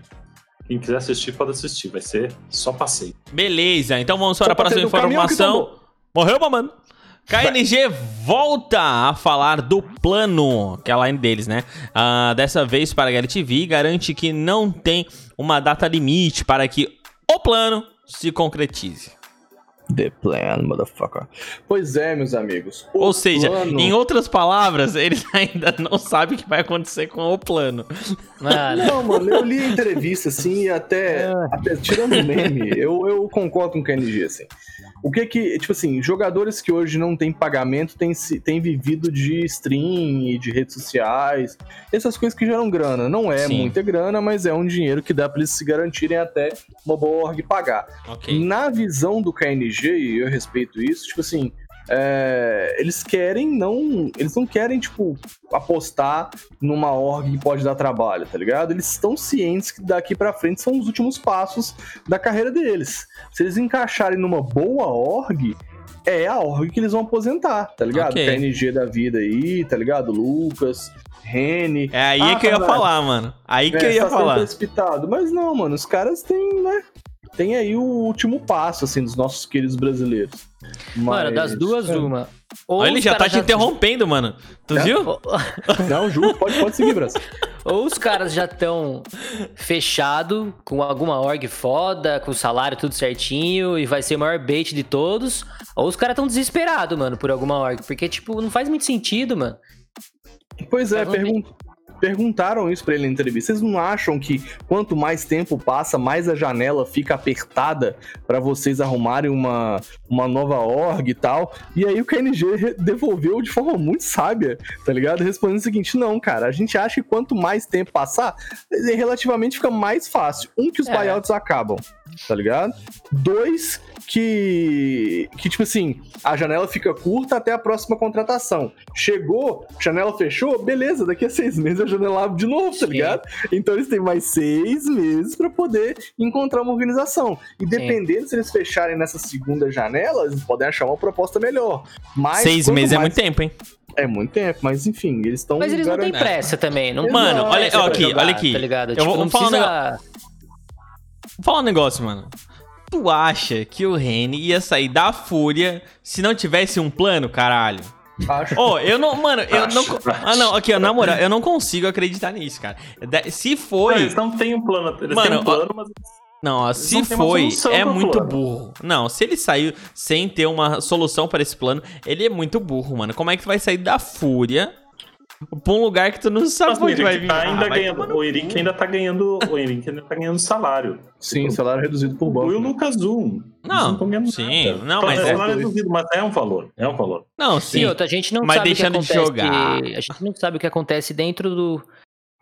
quem quiser assistir pode assistir, vai ser só passeio. Beleza, então vamos para a Só pra próxima ter do caminhão que tá informação. Morreu, mano. KNG volta a falar do plano, que é a line deles, né? Ah, dessa vez para a GaryTV e garante que não tem uma data limite para que o plano se concretize. The plan, motherfucker. Pois é, meus amigos. O Ou seja, plano- em outras palavras, [laughs] eles ainda não sabem o que vai acontecer com o plano. Mano, Não, mano, eu li a entrevista, assim, e até, até tirando o meme, eu, eu concordo com o KNG, assim. O que que, tipo assim, jogadores que hoje não têm pagamento têm, se- têm vivido de stream e de redes sociais, essas coisas que geram grana. Não é Sim. muita grana, mas é um dinheiro que dá pra eles se garantirem até uma boa org pagar. Ok. Na visão do KNG, e eu respeito isso, tipo assim, é, eles querem não. Eles não querem, tipo, apostar numa org que pode dar trabalho, tá ligado? Eles estão cientes que daqui pra frente são os últimos passos da carreira deles. Se eles encaixarem numa boa org. É a org que eles vão aposentar, tá ligado? Ok. KNG da vida aí, tá ligado? Lucas, Rene. É aí Ah, que eu ia Fernando. falar, mano. Aí que É, eu tá ia sendo falar. precipitado. Mas não, mano, os caras têm, né? Tem aí o último passo, assim, dos nossos queridos brasileiros. mano, Mas- é. das duas, uma. Ou Olha, ele os já tá caras te interrompendo, mano. Tu viu? Ou- Não, juro, pode, pode seguir, Brasil. Ou os caras já estão fechado com alguma org foda, com salário tudo certinho e vai ser o maior bait de todos, ou os caras estão desesperados, mano, por alguma org, porque tipo, não faz muito sentido, mano. Pois é, Mas não tem- pergun- perguntaram isso pra ele na entrevista. Vocês não acham que quanto mais tempo passa, mais a janela fica apertada pra vocês arrumarem uma, uma nova org e tal? E aí o KNG re- devolveu de forma muito sábia, tá ligado? Respondendo o seguinte: não, cara, a gente é, acha que quanto mais tempo passar, eh, relativamente fica mais fácil. Um, que os É. buyouts acabam. tá ligado? Dois, que, que tipo assim, a janela fica curta até a próxima contratação. Chegou, janela fechou, beleza, daqui a seis meses a janela abre de novo, tá Sim. ligado? Então eles têm mais seis meses pra poder encontrar uma organização. E dependendo se eles fecharem nessa segunda janela, eles podem achar uma proposta melhor. Mas, Seis quanto meses é mais- muito tempo, hein? É muito tempo, mas enfim, eles estão. Mas eles não têm garantindo- pressa também. Não é. Mano, não olha- precisa ó, aqui, jogar, olha aqui. Tá ligado? Eu Tipo, vou- não vou falar um precisa... Vou falar um negócio, mano. Tu acha que o Rene ia sair da fúria se não tivesse um plano, caralho? Acho. Ô, eu não. Mano, eu Acho, não. co- acho. Ah, não, aqui, ó, na moral, eu não consigo acreditar nisso, cara. Da- Se Não, foi. eles não têm um plano. Eles Mano, têm ó, um plano, mas Não, ó, não se têm uma foi, solução é pro muito plano. burro. Não, se ele saiu sem ter uma solução pra esse plano, ele é muito burro, mano. Como é que tu vai sair da fúria pra um lugar que tu não sabe Mas o onde vai Henrique vir? tá Ah, ainda vai tomar ganhando. no O Henrique cu. ainda tá ganhando. O Henrique ainda tá ganhando salário. Sim, salário reduzido por banco. E o né? Lucas Zoom. Não, tão ganhando sim, nada. não, Então, mas é é- salário reduzido, mas é um valor. É um valor. Não, E sim. outra, a gente não Mas sabe deixando o de que acontece. jogar. A gente não sabe o que acontece dentro do.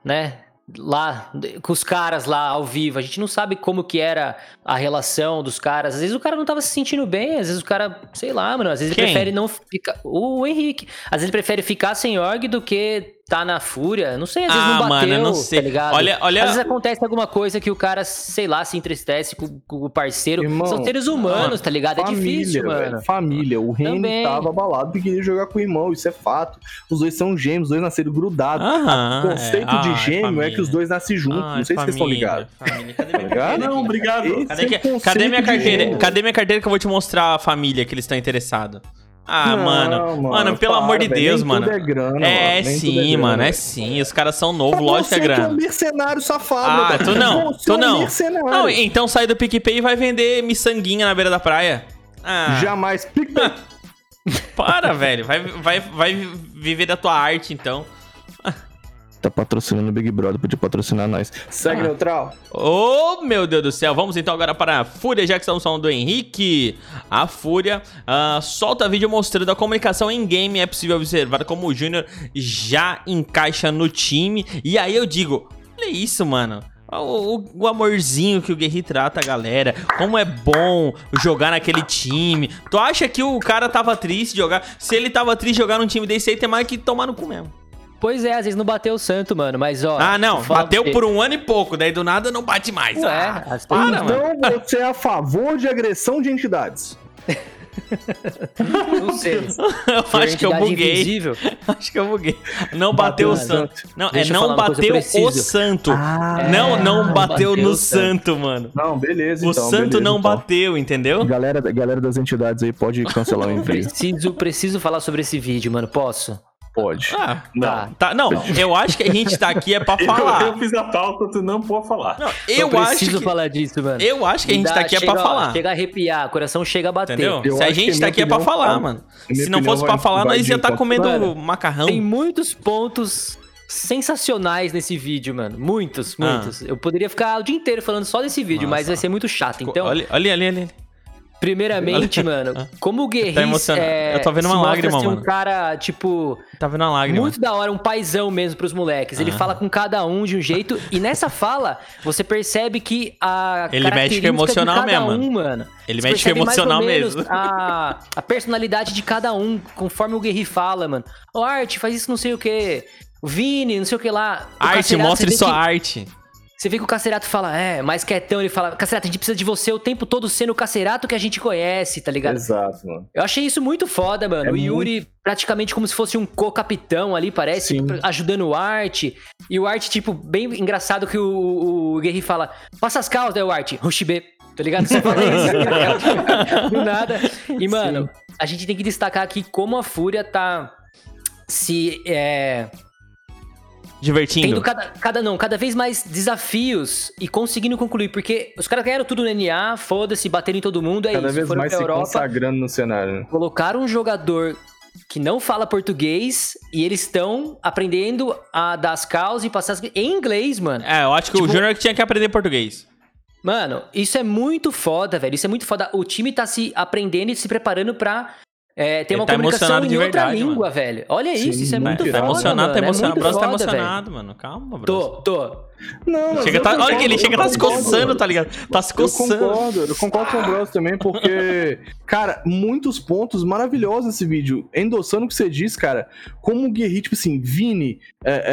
né? Lá, de- com os caras lá ao vivo. A gente não sabe como que era a relação dos caras. Às vezes o cara não tava se sentindo bem, às vezes o cara, sei lá, mano. Às vezes Quem? ele prefere não ficar. O Henrique. Às vezes ele prefere ficar sem org do que tá na fúria. Não sei, às vezes Ah, não bateu, mano, eu não sei. tá ligado? Olha- olha- Às vezes acontece alguma coisa que o cara, sei lá, se entristece com, com o parceiro. Irmão, São seres humanos, mano, tá ligado? É difícil, velho, mano. Família. O Remy Também. tava abalado e queria jogar com o irmão, isso é fato. Os dois são gêmeos, os dois nasceram grudados. Aham, o é. conceito Ah, de gêmeo é, família. que os dois nascem juntos. Ah, não sei se vocês estão família, ligados. Tá família. Cadê [laughs] minha ligado? Ah, carteira? não, obrigado. Esse Cadê, que- é o cadê minha conceito de carteira? gênio. Cadê minha carteira que eu vou te mostrar a família que eles estão interessados? Ah, Não, mano. Mano, pelo amor de velho, nem Deus, tudo mano. é grana, É, mano, nem tudo sim, grana, mano, é velho. sim. Os caras são novos, Pra lógico que é você que é um grana. mercenário safado. Ah, meu tu não, Você é tu um não. mercenário. Não, então sai do PicPay e vai vender miçanguinha na beira da praia. Ah, Jamais. PicPay. [laughs] para, velho. Vai, vai, vai viver da tua arte, então. Tá patrocinando o Big Brother, podia patrocinar nós. Segue Ah. neutral. Oh, meu Deus do céu. Vamos então agora para a Fúria, já que estamos falando do Henrique. A Fúria ah, solta vídeo mostrando a comunicação em game. É possível observar como o Júnior já encaixa no time. E aí eu digo, olha isso, mano. O, o- o amorzinho que o Guerri trata a galera. Como é bom jogar naquele time. Tu acha que o cara tava triste de jogar? Se ele tava triste de jogar num time desse aí, tem mais que tomar no cu mesmo. Pois é, às vezes não bateu o santo, mano, mas ó. Ah, não. fala Bateu pra você. por um ano e pouco. Daí do nada não bate mais. Ué, Ah, é, as para, pessoas- mano. Então você é a favor de agressão de entidades. Não sei. Ah, Eu acho que eu Entidade buguei. invisível. [laughs] Acho que eu buguei. Não bateu, Bateu o no santo. Não, Deixa é eu não falar uma coisa, eu bateu o preciso. santo. Ah, não, não não bateu, bateu no o santo. santo, mano. Não, beleza. O então, santo beleza, não então. bateu, entendeu? Galera, galera das entidades aí pode cancelar o [laughs] envio. Preciso, preciso falar sobre esse vídeo, mano. Posso? Pode. Ah, Não. tá. Não, eu acho que a gente tá aqui é pra [laughs] Eu, eu falar. fiz a pauta, tu não pode falar. Não, eu, acho preciso que. falar disso, mano. Eu acho que a Me gente dá- tá aqui é pra chega, ó, falar. Chega a arrepiar, o coração chega a bater. Entendeu? Eu Se a acho gente que tá minha aqui é pra opinião- falar, ah, mano. minha Se não opinião fosse pra vai- falar, vai nós ia de estar tá encontro. comendo Mano, macarrão. Tem muitos pontos sensacionais nesse vídeo, mano. Muitos, Ah. muitos. Eu poderia ficar o dia inteiro falando só desse vídeo, mas Nossa. vai ser muito chato. Então, Olha, olha, olha, olha. [laughs] primeiramente, Ah. mano, como o Guerri Tá emocionado. é, Eu tô vendo se uma mostra lágrima, ser mano. um cara, tipo, Tá vendo a lágrima. Muito da hora, um paizão mesmo pros moleques. Ele Ah. fala com cada um de um jeito. e nessa fala, você percebe que a. Ele mexe característica com o emocional de cada mesmo. Um, mano. Ele Você mexe com o percebe mais ou emocional menos mesmo. A, a personalidade de cada um, conforme o Guerri fala, mano. O Art, faz isso não sei o quê. O Vini, não sei o que lá. O Arte, Cacerato, mostre você vê sua que- arte. Você vê que o Cacerato fala, é, mais quietão. Ele fala, Cacerato, a gente precisa de você o tempo todo sendo o Cacerato que a gente conhece, tá ligado? Exato, mano. Eu achei isso muito foda, mano. É o Yuri, praticamente como se fosse um co-capitão ali, parece, Sim. pra- ajudando o Art. E o Art, tipo, bem engraçado que o, o Guerri fala: passa as calças, é o Art, Rushibê. Tá ligado? Só fala isso. [laughs] Do nada. E, mano, a gente tem que destacar aqui como a Fúria tá se. É, Divertindo. tendo cada, cada- não, cada vez mais desafios e conseguindo concluir. Porque os caras ganharam tudo no NA, foda-se, bateram em todo mundo, é Cada isso. vez foram mais pra se Europa consagrando no cenário. né? colocaram um jogador que não fala português e eles estão aprendendo a dar as causas e passar as... em inglês, mano. É, eu acho que o Tipo- Júnior que tinha que aprender português. Mano, isso é muito foda, velho. Isso é muito foda. O time tá se aprendendo e se preparando pra É, tem Ele uma tá comunicação emocionado de em outra verdade, língua, velho. Olha isso, Sim, isso é né? muito Tá Tá foda, emocionado, tá mano, é emocionado. muito o Bros tá foda, velho. emocionado, mano. Calma, Bros. Tô, tô. Não, mas Chega, eu tá, olha concordo, que ele eu chega tá se concordo. coçando, tá ligado? Tá se Eu coçando. concordo, eu concordo com o Bros [laughs] também, porque, cara, muitos pontos maravilhosos nesse vídeo. Endossando o que você diz, cara, como o Guerri, tipo assim, Vini é,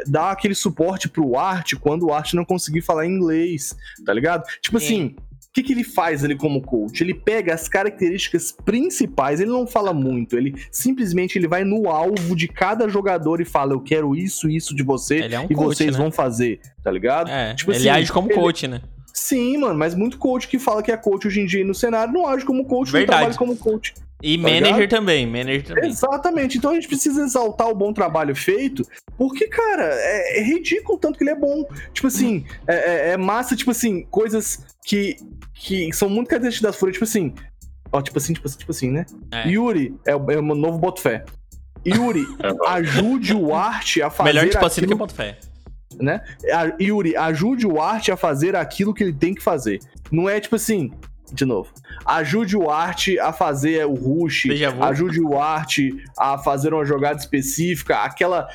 é, dá aquele suporte pro Art quando o Art não conseguir falar inglês, tá ligado? Tipo assim. O que, que ele faz ali como coach? Ele pega as características principais, ele não fala muito, ele simplesmente ele vai no alvo de cada jogador e fala: Eu quero isso, isso de você, Ele é um e coach, vocês né? vão fazer, tá ligado? É, Tipo ele assim, age como ele- coach, né? Sim, mano, mas muito coach que fala que é coach hoje em dia no cenário não age como coach, Verdade. não trabalha como coach. E Tá manager ligado? também, manager também. Exatamente. Então a gente precisa exaltar o bom trabalho feito, porque, cara, é, é ridículo o tanto que ele é bom. Tipo assim, é, é- é massa, tipo assim, coisas que, que são muito características das fúrias, tipo assim. Ó, tipo assim, tipo assim, tipo assim, né? É. Yuri é o, é o meu novo Botfé. [laughs] Yuri, É, ajude o Arte a fazer. Melhor tipo assim do que aquilo- boto fé. a- Yuri, ajude o Art a fazer aquilo que ele tem que fazer. Não é tipo assim, de novo. Ajude o Art a fazer o rush, Déjà vu. ajude o Art a fazer uma jogada específica, aquela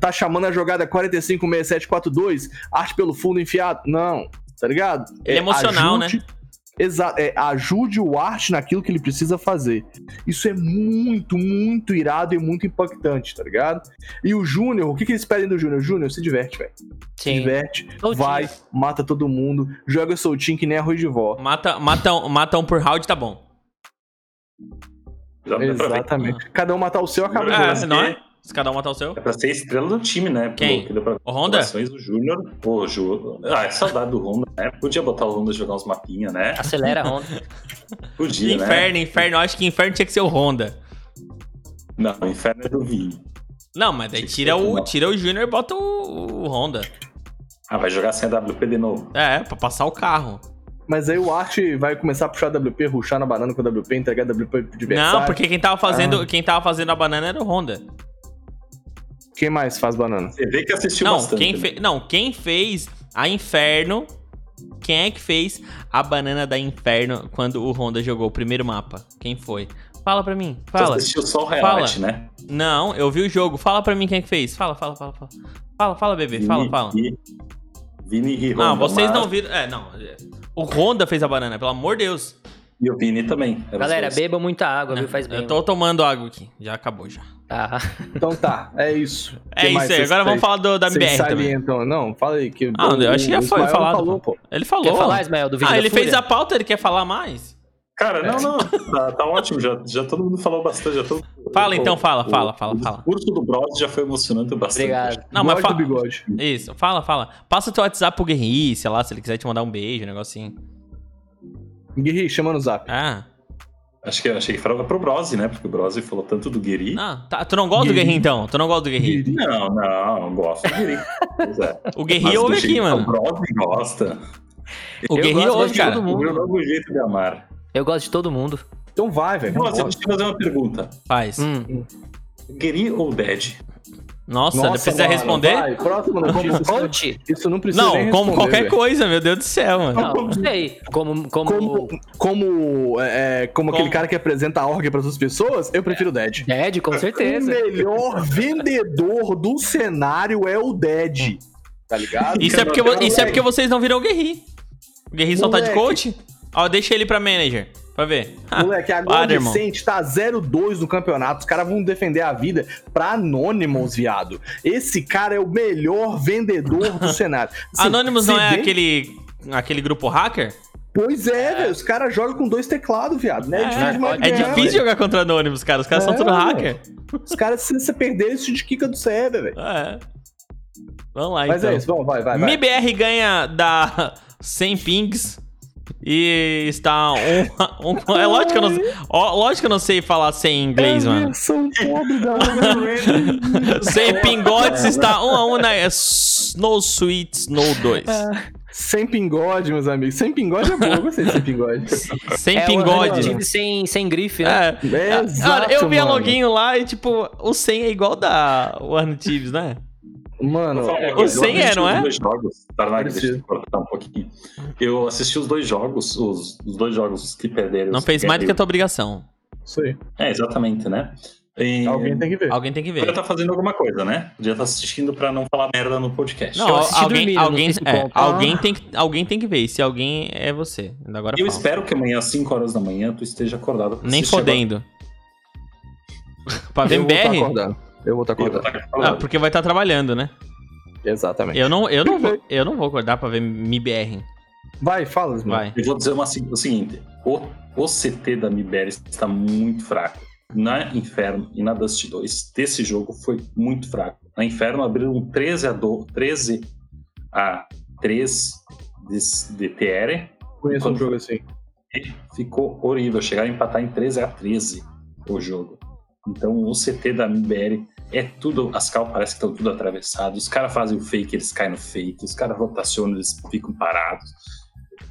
tá chamando a jogada 45 67 42, Art pelo fundo enfiado. Não, tá ligado? Ele é emocional, né? Exato, é, ajude o Art naquilo que ele precisa fazer. Isso é muito, muito irado e muito impactante, tá ligado? E o Júnior, o que, que eles pedem do Júnior? Júnior, se diverte, velho se Sim. diverte, Soltinho. vai, mata todo mundo, joga soltinho que nem arroz de vó. Mata, mata, um- mata um por round, tá bom. Já dá pra ver. Exatamente. Cada um matar o seu, acabou. Ah, É, né? sim. não é? Se cada um matar o seu. É pra ser estrela do time, né? Pelo Quem? que deu pra ver O Honda? nas relações, O Júnior. Pô, Ju... Ah, é saudade do Honda, né? Podia botar o Honda jogar uns mapinhas, né? Acelera a onda. [laughs] Podia, né? inferno, inferno. Eu acho que inferno tinha que ser o Honda. Não, o inferno é do Vini. Não, mas daí Tinha que tira ser o o, Honda. tira o Júnior e bota o, o Honda. Ah, vai jogar sem a WP de novo. É, pra passar o carro. Mas aí o Art vai começar a puxar a WP, ruxar na banana com a WP, entregar a WP pro adversário. Não, porque quem tava fazendo, Ah. quem tava fazendo a banana era o Honda. Quem mais faz banana? Você vê que assistiu Não, bastante. quem né? fe... não, quem fez a Inferno? Quem é que fez a banana da Inferno quando o Honda jogou o primeiro mapa? Quem foi? Fala pra mim. Você Fala. assistiu só o reality, Fala. né? Não, eu vi o jogo. Fala pra mim quem é que fez. Fala, fala, fala, fala. Fala, fala, bebê. Fala, Vini fala. E... Vini e Honda. Não, vocês mas- não viram. É, não. O Honda fez a banana, pelo amor de Deus. E o Vini também. Eram os Galera, dois. beba muita água, viu? Faz bem. Eu tô tomando água aqui. Já acabou já. Tá. Então tá, é isso. É isso aí. Agora vamos falar do, da MBR também. Então. Não, fala aí. Que Ah, eu acho que já o foi Ismael falado, Falou, pô. Ele falou. Quer falar, Ismael, do vídeo ah, da ele Fúria? fez a pauta, ele quer falar mais? Cara, É. não, não. Tá, tá ótimo. Já, já todo mundo falou bastante. Já todo... Fala então, fala, o- fala, fala, O fala. discurso do Bros já foi emocionante bastante. Obrigado. Não, mas Bigode fala. do bigode. Isso, fala, fala. Passa teu WhatsApp pro Guerri, sei lá, se ele quiser te mandar um beijo, um negocinho. Guerri, chama no zap. Ah, Acho que, achei que falava pro Brose, né? Porque o Brose falou tanto do Guiri. não, tá, tu não gosta do Guerri então? Tu não gosta do Guerri? Guerri. Não, não, eu gosto do Guiri. Pois é. [laughs] O Mas Guerri do ouve jeito aqui, que mano. O Brose gosta. Tá O Eu Guerri gosto ouve, de cara. todo O meu mundo. novo jeito de amar. Eu gosto de todo mundo. Então vai, velho. Nossa, deixa eu te fazer uma pergunta. Faz. Hum. Guiri ou Dead? Nossa, Nossa, precisa mano, responder? vai, Próxima notícia. isso não- Coach? Isso não precisa Não, nem como responder, qualquer velho. coisa, meu Deus do céu, mano. Não, não sei. Como, como, Como, como, é, é, como aquele Como? cara que apresenta a org para outras pessoas, eu prefiro o Dead. Dead, com O certeza. melhor vendedor do cenário é o Dead. Tá ligado? Isso é, porque, vo- isso é porque vocês não viram o Guerri. O Guerri só tá de Moleque. coach? Ó, deixa ele pra manager, pra ver. Moleque, agora Para, o irmão. Vicente tá 0-2 no campeonato. Os caras vão defender a vida pra Anonymous, viado. Esse cara é o melhor vendedor [laughs] do cenário. Assim, Anonymous se não é vem- aquele, aquele grupo hacker? Pois é, velho. Os caras jogam com dois teclados, viado. Não é, É, difícil demais pode- É É, ganhar, difícil jogar contra Anonymous, cara. Os caras são É, tudo mano. hacker. velho. Os caras, se você perder, eles te quica do server, velho. É. Vamos lá, Mas então. é isso, vamos, vai, vai. vai. MBR ganha da 100 pings e está um, [laughs] um- é lógico que eu não, ó, lógico que eu não sei falar 100 em inglês, É mano. São um pobre da Wolverine. [laughs] 100 pingotes É. está 1 um a 1 um na Snow Suite Snow 2. É. Sem pingode, meus amigos. Sem pingode é bom, eu gostei de [laughs] sem pingode. 100 É o pingodes. Anonymous sem, sem grife, É. né? É, Cara, exato, eu vi a mano. loginho lá e tipo, o 100 é igual da One Teams, né? Mano, Fala, é, eu sim, assisti é, não os é? Dois jogos. Tarnag, deixa eu Preciso. te cortar um pouquinho. Eu assisti os dois jogos, os, os dois jogos que perderam. Não os fez mais do que a perderam. tua obrigação. Isso aí. É, exatamente, né? E- Alguém tem que ver. Alguém tem que Podia ver. estar fazendo alguma coisa, né? Podia estar assistindo pra não falar merda no podcast. Não, Eu assisti alguém, dormindo, alguém, não sei se é, conta. alguém, tem, que- alguém tem que ver. E se alguém é você. Ainda Agora E eu fala. espero que amanhã, às 5 horas da manhã, tu esteja acordado. pra Nem assistir fodendo. [laughs] pra ver Eu vou estar BR? acordado. Eu vou estar agora. Eu acordado. vou estar Ah, acordado. porque vai estar trabalhando, né? Exatamente. Eu não, eu não, vou, eu não vou acordar pra ver MBR. Vai, fala, Ismael. Vai. Eu vou dizer uma, assim- o seguinte: o, o CT da Mibere está muito fraco. Na Inferno e na Dust 2, desse jogo foi muito fraco. Na Inferno abriram 13 a, do, 13 a 3 de, de TR. Conheço um jogo assim. ficou horrível. Chegaram a empatar em 13 a 13 o jogo. Então o CT da MBR é tudo. As cal parece que estão tudo atravessadas. Os caras fazem o fake, eles caem no fake. Os caras rotacionam, eles ficam parados.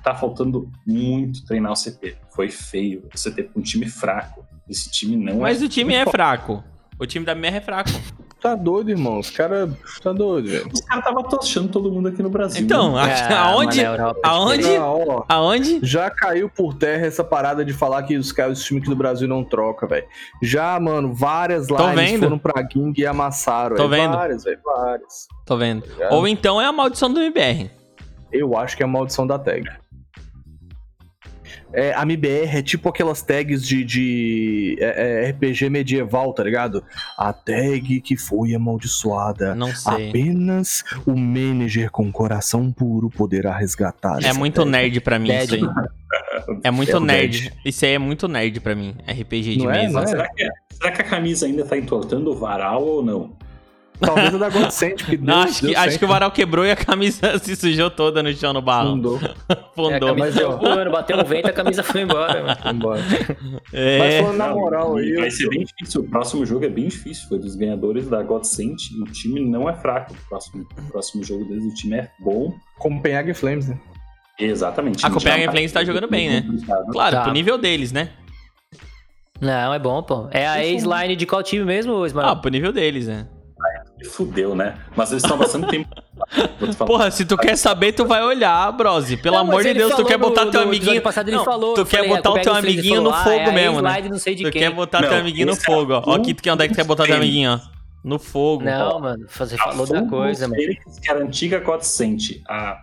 Tá faltando muito treinar o CT. Foi feio. O CT com um time fraco. Esse time não Mas é. o time é fraco. O time da MBR é fraco. Tá doido, irmão. Os caras. Tá doido, velho. Os caras estavam tochando todo mundo aqui no Brasil. Então, Ah, a- mas aonde? na Europa é aonde- diferente. Ah, ó. Aonde? Já caiu por terra essa parada de falar que os caras, os times aqui do Brasil não troca, velho. Já, mano, várias Tô lives vendo. foram pra Ging e amassaram. Tô velho. vendo. Várias, velho. Várias. Tô vendo. ligado? Ou então é a maldição do MBR. Eu acho que é a maldição da tag. É, a MBR é tipo aquelas tags de, de é, é, RPG medieval, tá ligado? A tag que foi amaldiçoada. Não sei. Apenas o manager com coração puro poderá resgatar. É essa muito tag. nerd pra mim isso aí. É muito É o nerd. Isso aí é muito nerd pra mim. RPG de Não é? mesa. Não é? será, que, será que a camisa ainda tá entortando o varal ou não? Talvez a da God Sent, [laughs] porque Não, Deus- acho que, Deus acho Sent que o varal quebrou e a camisa [laughs] se sujou toda no chão no barro. fundou. É, a Fundou. camisa Mas, saiu ó. voando, bateu um vento, a camisa foi embora, mano. Vambora. Mas [laughs] É, falando na Não, moral aí, e vai eu- ser bem difícil. O próximo jogo é bem difícil. Foi dos ganhadores da God Saint. E o time não é fraco. O próximo, o próximo jogo deles, o time é bom. Copenhague Flames, né? Exatamente. A Copenhagen Flames tá jogando bem, né? claro, Tá. pro nível deles, né? Não, é bom, pô. É a ex-line de qual time mesmo, Ah, Ismael? pro nível deles, né? Fudeu, né? Mas eles estão bastante [laughs] tempo. Vou te falar. Porra, se tu quer saber, tu vai olhar, brose. Pelo Não, mas amor de ele Deus, tu falou quer no- botar teu no amiguinho. episódio passado ele Não, falou, tu eu quer falei, ah, botar o pega teu os três e amiguinho no falou, ah, fogo é mesmo, né? ex-line não sei de Tu quem. quer botar teu Não, amiguinho no esse fogo, ó. Ó, é aqui tu quer onde é que tu quer botar teu um amiguinho, ó. No fogo. Não, mano, você A falou da Focus coisa, mano. Phoenix, um Que era a antiga God Saint. A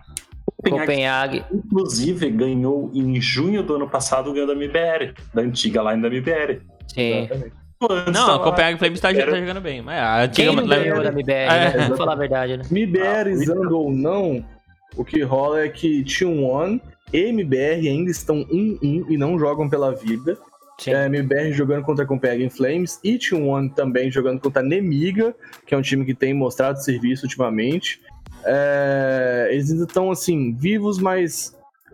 Copenhague, Copenhague. inclusive, ganhou em junho do ano passado ganhou da MBR. Da antiga line da MBR. É. Sim. Tá. Antes Não, tava- a Copenhagen Flames tá, Era- tá jogando bem. Mas a antiga. Quem não ganhou da MBR, né? É. Vamos falar a verdade, né? MBRizando Ah, ou não, o que rola é que Team One e MBR ainda estão 1-1 e não jogam pela vida. Sim. É, MBR jogando contra a Copenhagen Flames e Team One também jogando contra a Nemiga, que é um time que tem mostrado serviço ultimamente. É, eles ainda estão, assim, vivos, mas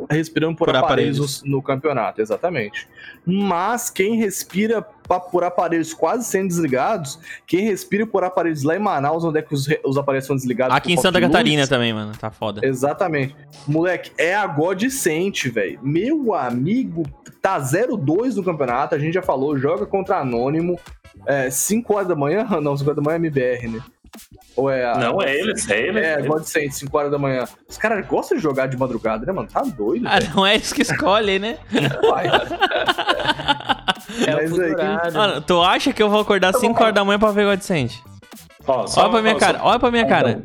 respirando por, Por aparelhos, aparelhos. no campeonato, exatamente. Mas quem respira pa- por aparelhos quase sendo desligados, quem respira por aparelhos lá em Manaus, onde é que os, re- os aparelhos são desligados? Aqui em por falta Santa de luz, Catarina também, mano. Tá foda. Exatamente. Moleque, é a Godicente, velho. Meu amigo, tá 0-2 no campeonato, a gente já falou, joga contra Anônimo. É, 5 horas da manhã? [laughs] Não, 5 horas da manhã é MBR, né? Ou é a... Não, é eles, é eles. É, eles. Godicente, 5 horas da manhã. Os caras gostam de jogar de madrugada, né, mano? Tá doido, Ah, velho. não é isso que escolhe, né? Vai. É o Mas aí, Futurado. Mano, tu acha que eu vou acordar 5 horas da manhã pra ver God Sent? Ó, só- Olha pra minha ó, cara, olha pra minha Então, cara.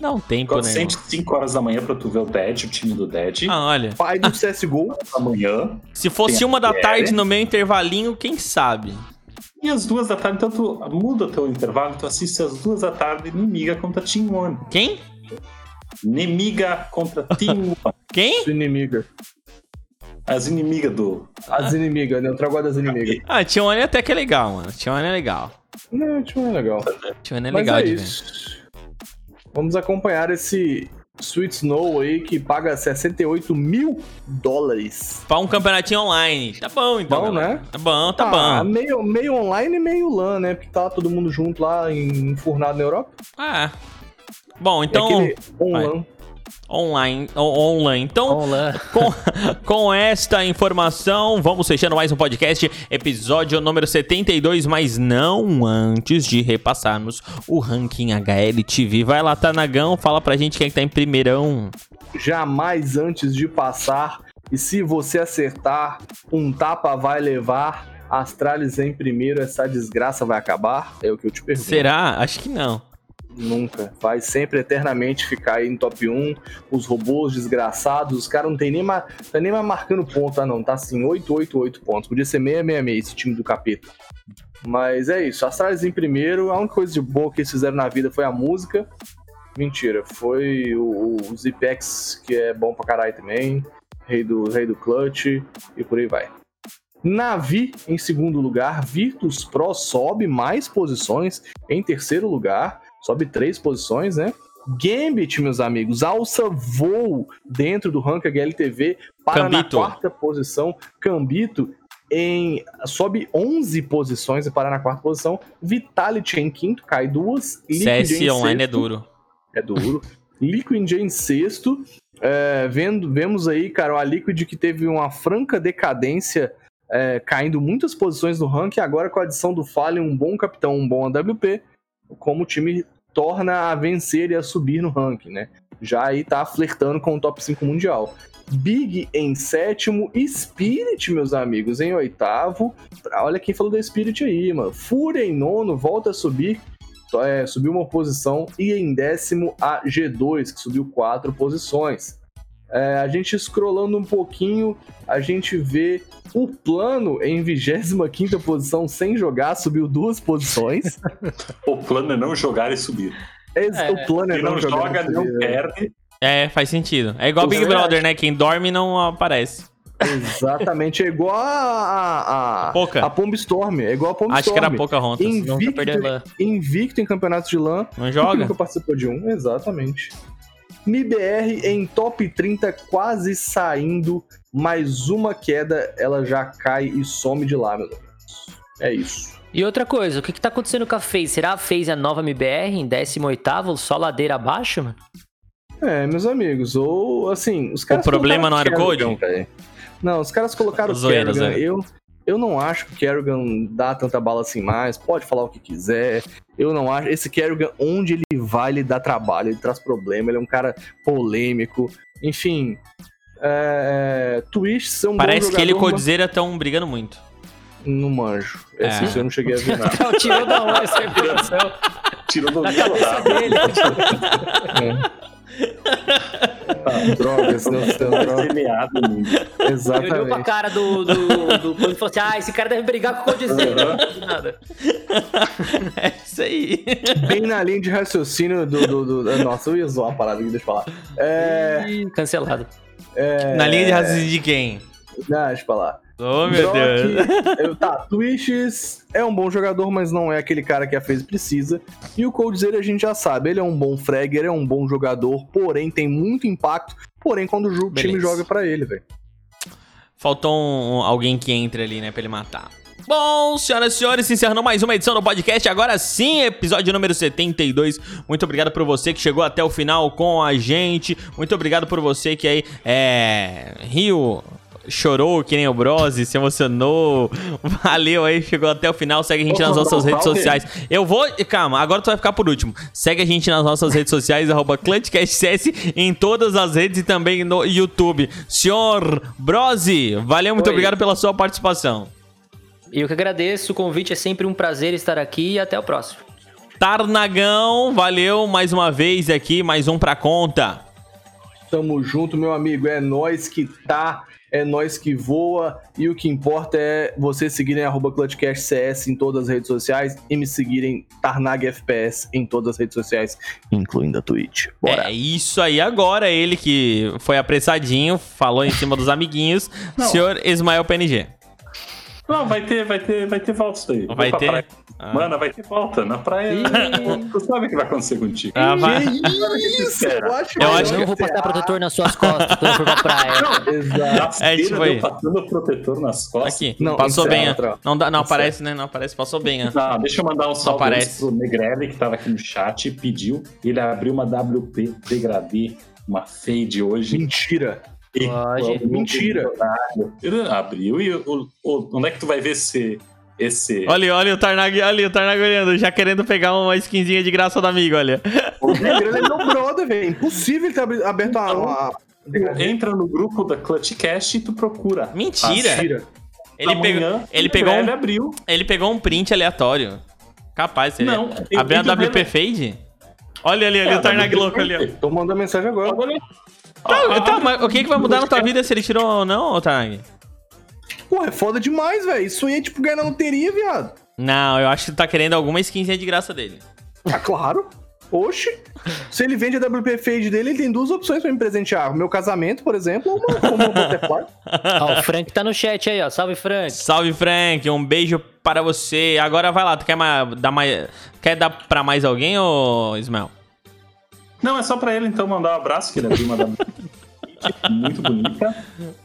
Não tem Quando né? irmão? sente 5 horas da manhã pra tu ver o Dead, o time do Dead, Ah, olha. Pai do CSGO, da manhã. Se fosse Tem a uma da É. PL. tarde no meu intervalinho, quem sabe? E às duas da tarde, então tu muda teu intervalo, tu assiste às duas da tarde, Nemiga contra Team One. Quem? Nemiga contra Team One. Quem? sua inimiga. As inimigas do. As inimigas, né? Eu trago a das inimigas. Ah, Tione até que é legal, mano. Tione é legal. Não, tipo, não é legal. Tione é Mas legal é de ver. isso. Vamos acompanhar esse Sweet Snow aí que paga 68 mil dólares. Pra um campeonatinho online. Tá bom, então. Bom, galera. né? Tá bom, tá Ah, bom. Meio, meio online e meio LAN, né? Porque tá todo mundo junto lá, em- enfurnado na Europa. Ah. Bom, então, é aquele on vai. LAN. online, on- online. Então, Olá. com, com [laughs] esta informação, vamos fechando mais um podcast, episódio número 72, mas não antes de repassarmos o ranking HLTV. Vai lá, Tanagão, fala pra gente quem é que tá em primeirão. Jamais antes de passar. E se você acertar, um tapa vai levar. Astralis em primeiro, essa desgraça vai acabar? É o que eu te pergunto. Será? Acho que não. Nunca. Vai sempre eternamente ficar aí no top 1. Os robôs desgraçados, os caras não tem nem mais, tá nem mais marcando ponto, ah não. Tá assim, 888 pontos. Podia ser 666 esse time do capeta. Mas é isso. Astralis em primeiro. A única coisa de boa que eles fizeram na vida foi a música. Mentira, foi o, o Zipex, que é bom pra caralho também. Rei do, rei do Clutch e por aí vai. Navi em segundo lugar, Virtus Pro sobe mais posições em terceiro lugar, sobe três posições, né? Gambit, meus amigos, alça voo dentro do ranking HLTV para Cambito. na quarta posição. Cambito em sobe 11 posições e para na quarta posição. Vitality em quinto, cai duas. Liquid CS em online é sexto. duro. É duro. Liquid em sexto. É, vendo, vemos aí, cara, a Liquid que teve uma franca decadência, é, caindo muitas posições no ranking. Agora, com a adição do Fallen, um bom capitão, um bom AWP, como o time torna a vencer e a subir no ranking, né? Já aí tá flertando com o top 5 mundial. Big em sétimo, Spirit, meus amigos, em oitavo. Olha quem falou da Spirit aí, mano. Fúria em nono, volta a subir, to- é, subiu uma posição e em décimo a G2, que subiu quatro posições. É, a gente scrollando um pouquinho, a gente vê o plano em 25 posição sem jogar, subiu duas posições. O plano é não jogar e subir. Esse- É, o plano é Quem não jogar, joga, subir, não né? perde. É, faz sentido. É igual O Big verdade. Brother, né? Quem dorme não aparece. Exatamente, é igual a. A, a, Pouca. a Pomb Storm, é igual a Pomb Acho que Storm. era pouca rontas. Nunca perdeu invicto, LAN. invicto em campeonato de LAN, Não Porque [laughs] joga? Nunca participou de um, exatamente. MIBR em top 30, quase saindo. Mais uma queda, ela já cai e some de lá, meus amigos. É isso. E outra coisa, o que, que tá acontecendo com a FaZe? Será a FaZe a nova MBR em 18º, só ladeira abaixo, mano? [laughs] É, meus amigos, ou assim, os caras. problema colocaram não era o Kerrigan, velho. Não, os caras colocaram o Zoeira, Kerrigan. zoeira. Eu, eu não acho que o Kerrigan dá tanta bala assim mais. Pode falar o que quiser. Eu não acho. Esse Kerrigan, onde ele vai, ele dá trabalho, ele traz problema, ele é um cara polêmico. Enfim. É, Twitch são um bom Parece que ele e o jogador, Codizeira estão brigando muito. mas Não manjo. É. Esse eu não cheguei a ver nada. Então tirou da [laughs] onde essa informação? Tirou do Da cabeça lado. dele. Ah, [laughs] drogas, não sei, droga. Semeado no mundo. Ele olhou pra Exatamente. cara do, do, do Cody e falou assim, ah, esse cara deve brigar com o Codizeira. Nada. [laughs] É isso aí. Bem na linha de raciocínio do. do- do- Nossa, eu ia zoar a parada aqui, deixa eu falar. É. Ih, Cancelado. Na linha de raciocínio de quem? Não, deixa eu falar. Oh, meu Brock, Deus. eu- tá, Twists é um bom jogador, mas não é aquele cara que a fez precisa. E o Coldzera a gente já sabe, ele é um bom fragger, é um bom jogador, porém tem muito impacto, porém quando o ju- time Beleza. joga pra ele, velho. Faltou um- um- alguém que entre ali, né, pra ele matar. Bom, senhoras e senhores, se encerrou mais uma edição do podcast. Agora sim, episódio número 72. Muito obrigado por você que chegou até o final com a gente. Muito obrigado por você que aí é. Rio. Chorou que nem o Brose, se emocionou. [laughs] Valeu aí, chegou até o final. Segue a gente Vou nas mandar nossas um redes salve. sociais. Eu vou. Calma, agora tu vai ficar por último. Segue a gente nas nossas redes sociais, arroba ClutchCastCS, em todas as redes e também no YouTube. Senhor Brose, valeu, muito Oi. obrigado pela sua participação. E eu que agradeço, o convite é sempre um prazer estar aqui e até o próximo. Tarnagão, valeu mais uma vez aqui, mais um pra conta. Tamo junto, meu amigo, é nós que tá, é nós que voa, e o que importa é vocês seguirem arroba ClutchCastCS em todas as redes sociais e me seguirem Tarnag FPS em todas as redes sociais, incluindo a Twitch. Bora! É isso aí agora, ele que foi apressadinho, falou em cima dos amiguinhos, senhor Ismael PNG. Não, vai ter, vai ter, vai ter volta isso daí. Vou Vai pra ter? praia. Ah. Mano, vai ter volta. Na praia. tu sabe o que vai acontecer contigo. Ah, vai- Que isso, Eu acho, é Eu Eu, acho não que- vou passar protetor nas suas costas quando eu for pra praia. Exato. Na feira tipo deu aí. passando o protetor nas costas. Aqui, Não, passou encerra, bem. ó. troca. Não, dá, não aparece, né? Não aparece, passou bem. ó. Ah, deixa eu mandar um salve aparece. pro Negrelli, que tava aqui no chat, pediu. Ele abriu uma WP degradê, uma fade hoje. Mentira. E- Pode. Mentira. Ele abriu e o, o- onde é que tu vai ver esse. esse... Olha, olha o Tarnag, olha o Tarnag olhando, já querendo pegar uma skinzinha de graça do amigo, olha. O Negrão é meu brother, velho. Impossível ele ter abri- aberto Então, a. a... Entra no grupo da Clutch Cash e tu procura. Mentira. As- Mentira. Tá Ele pegou, amanhã, ele, em pegou breve um, abriu. ele pegou um print aleatório. Capaz, seria. Não, tem- Abriu a tem que WP Fade? Olha ali, ali, É, o Tarnag WP louco ali, ó. Fade. Tô mandando mensagem agora. Olha, Tá, tá, mas o que, que vai mudar é. na tua vida se ele tirou ou não, ô Tarnag? Porra, é foda demais, velho. Isso aí é tipo ganhar na loteria, viado. Não, eu acho que tu tá querendo alguma skinzinha de graça dele. Ah, claro. Oxi. Se ele vende a WP Fade dele, ele tem duas opções pra me presentear. O meu casamento, por exemplo, ou uma, ou uma butterfly. Ó, o Frank tá no chat aí, ó. Salve, Frank. Salve, Frank, um beijo para você. Agora vai lá, tu quer ma- dar mais. Quer dar pra mais alguém, ô Ismael? Não, é só pra ele então mandar um abraço, que ele abriu uma da [laughs] muito bonita.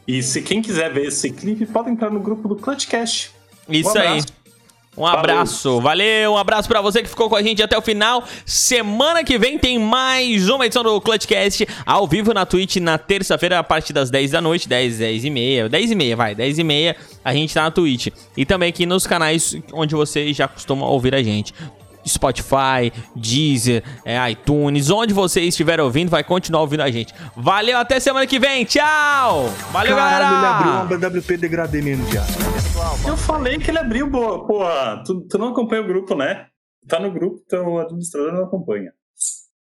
E se quem quiser ver esse clipe, pode entrar no grupo do Clutchcast. Isso aí. abraço. Um abraço, valeu, um abraço pra você que ficou com a gente até o final. Semana que vem tem mais uma edição do Clutchcast ao vivo na Twitch na terça-feira, a partir das 10 da noite, 10, 10 e meia, 10 e meia, vai, 10 e meia, a gente tá na Twitch. E também aqui nos canais onde você já costuma ouvir a gente. Spotify, Deezer, é, iTunes, onde você estiver ouvindo, vai continuar ouvindo a gente. Valeu, até semana que vem, tchau! Valeu, galera! ele abriu uma WP degradê mesmo, viado. Eu falei que ele abriu, boa. Porra, tu, tu não acompanha o grupo, né? Tá no grupo, então o administrador não acompanha.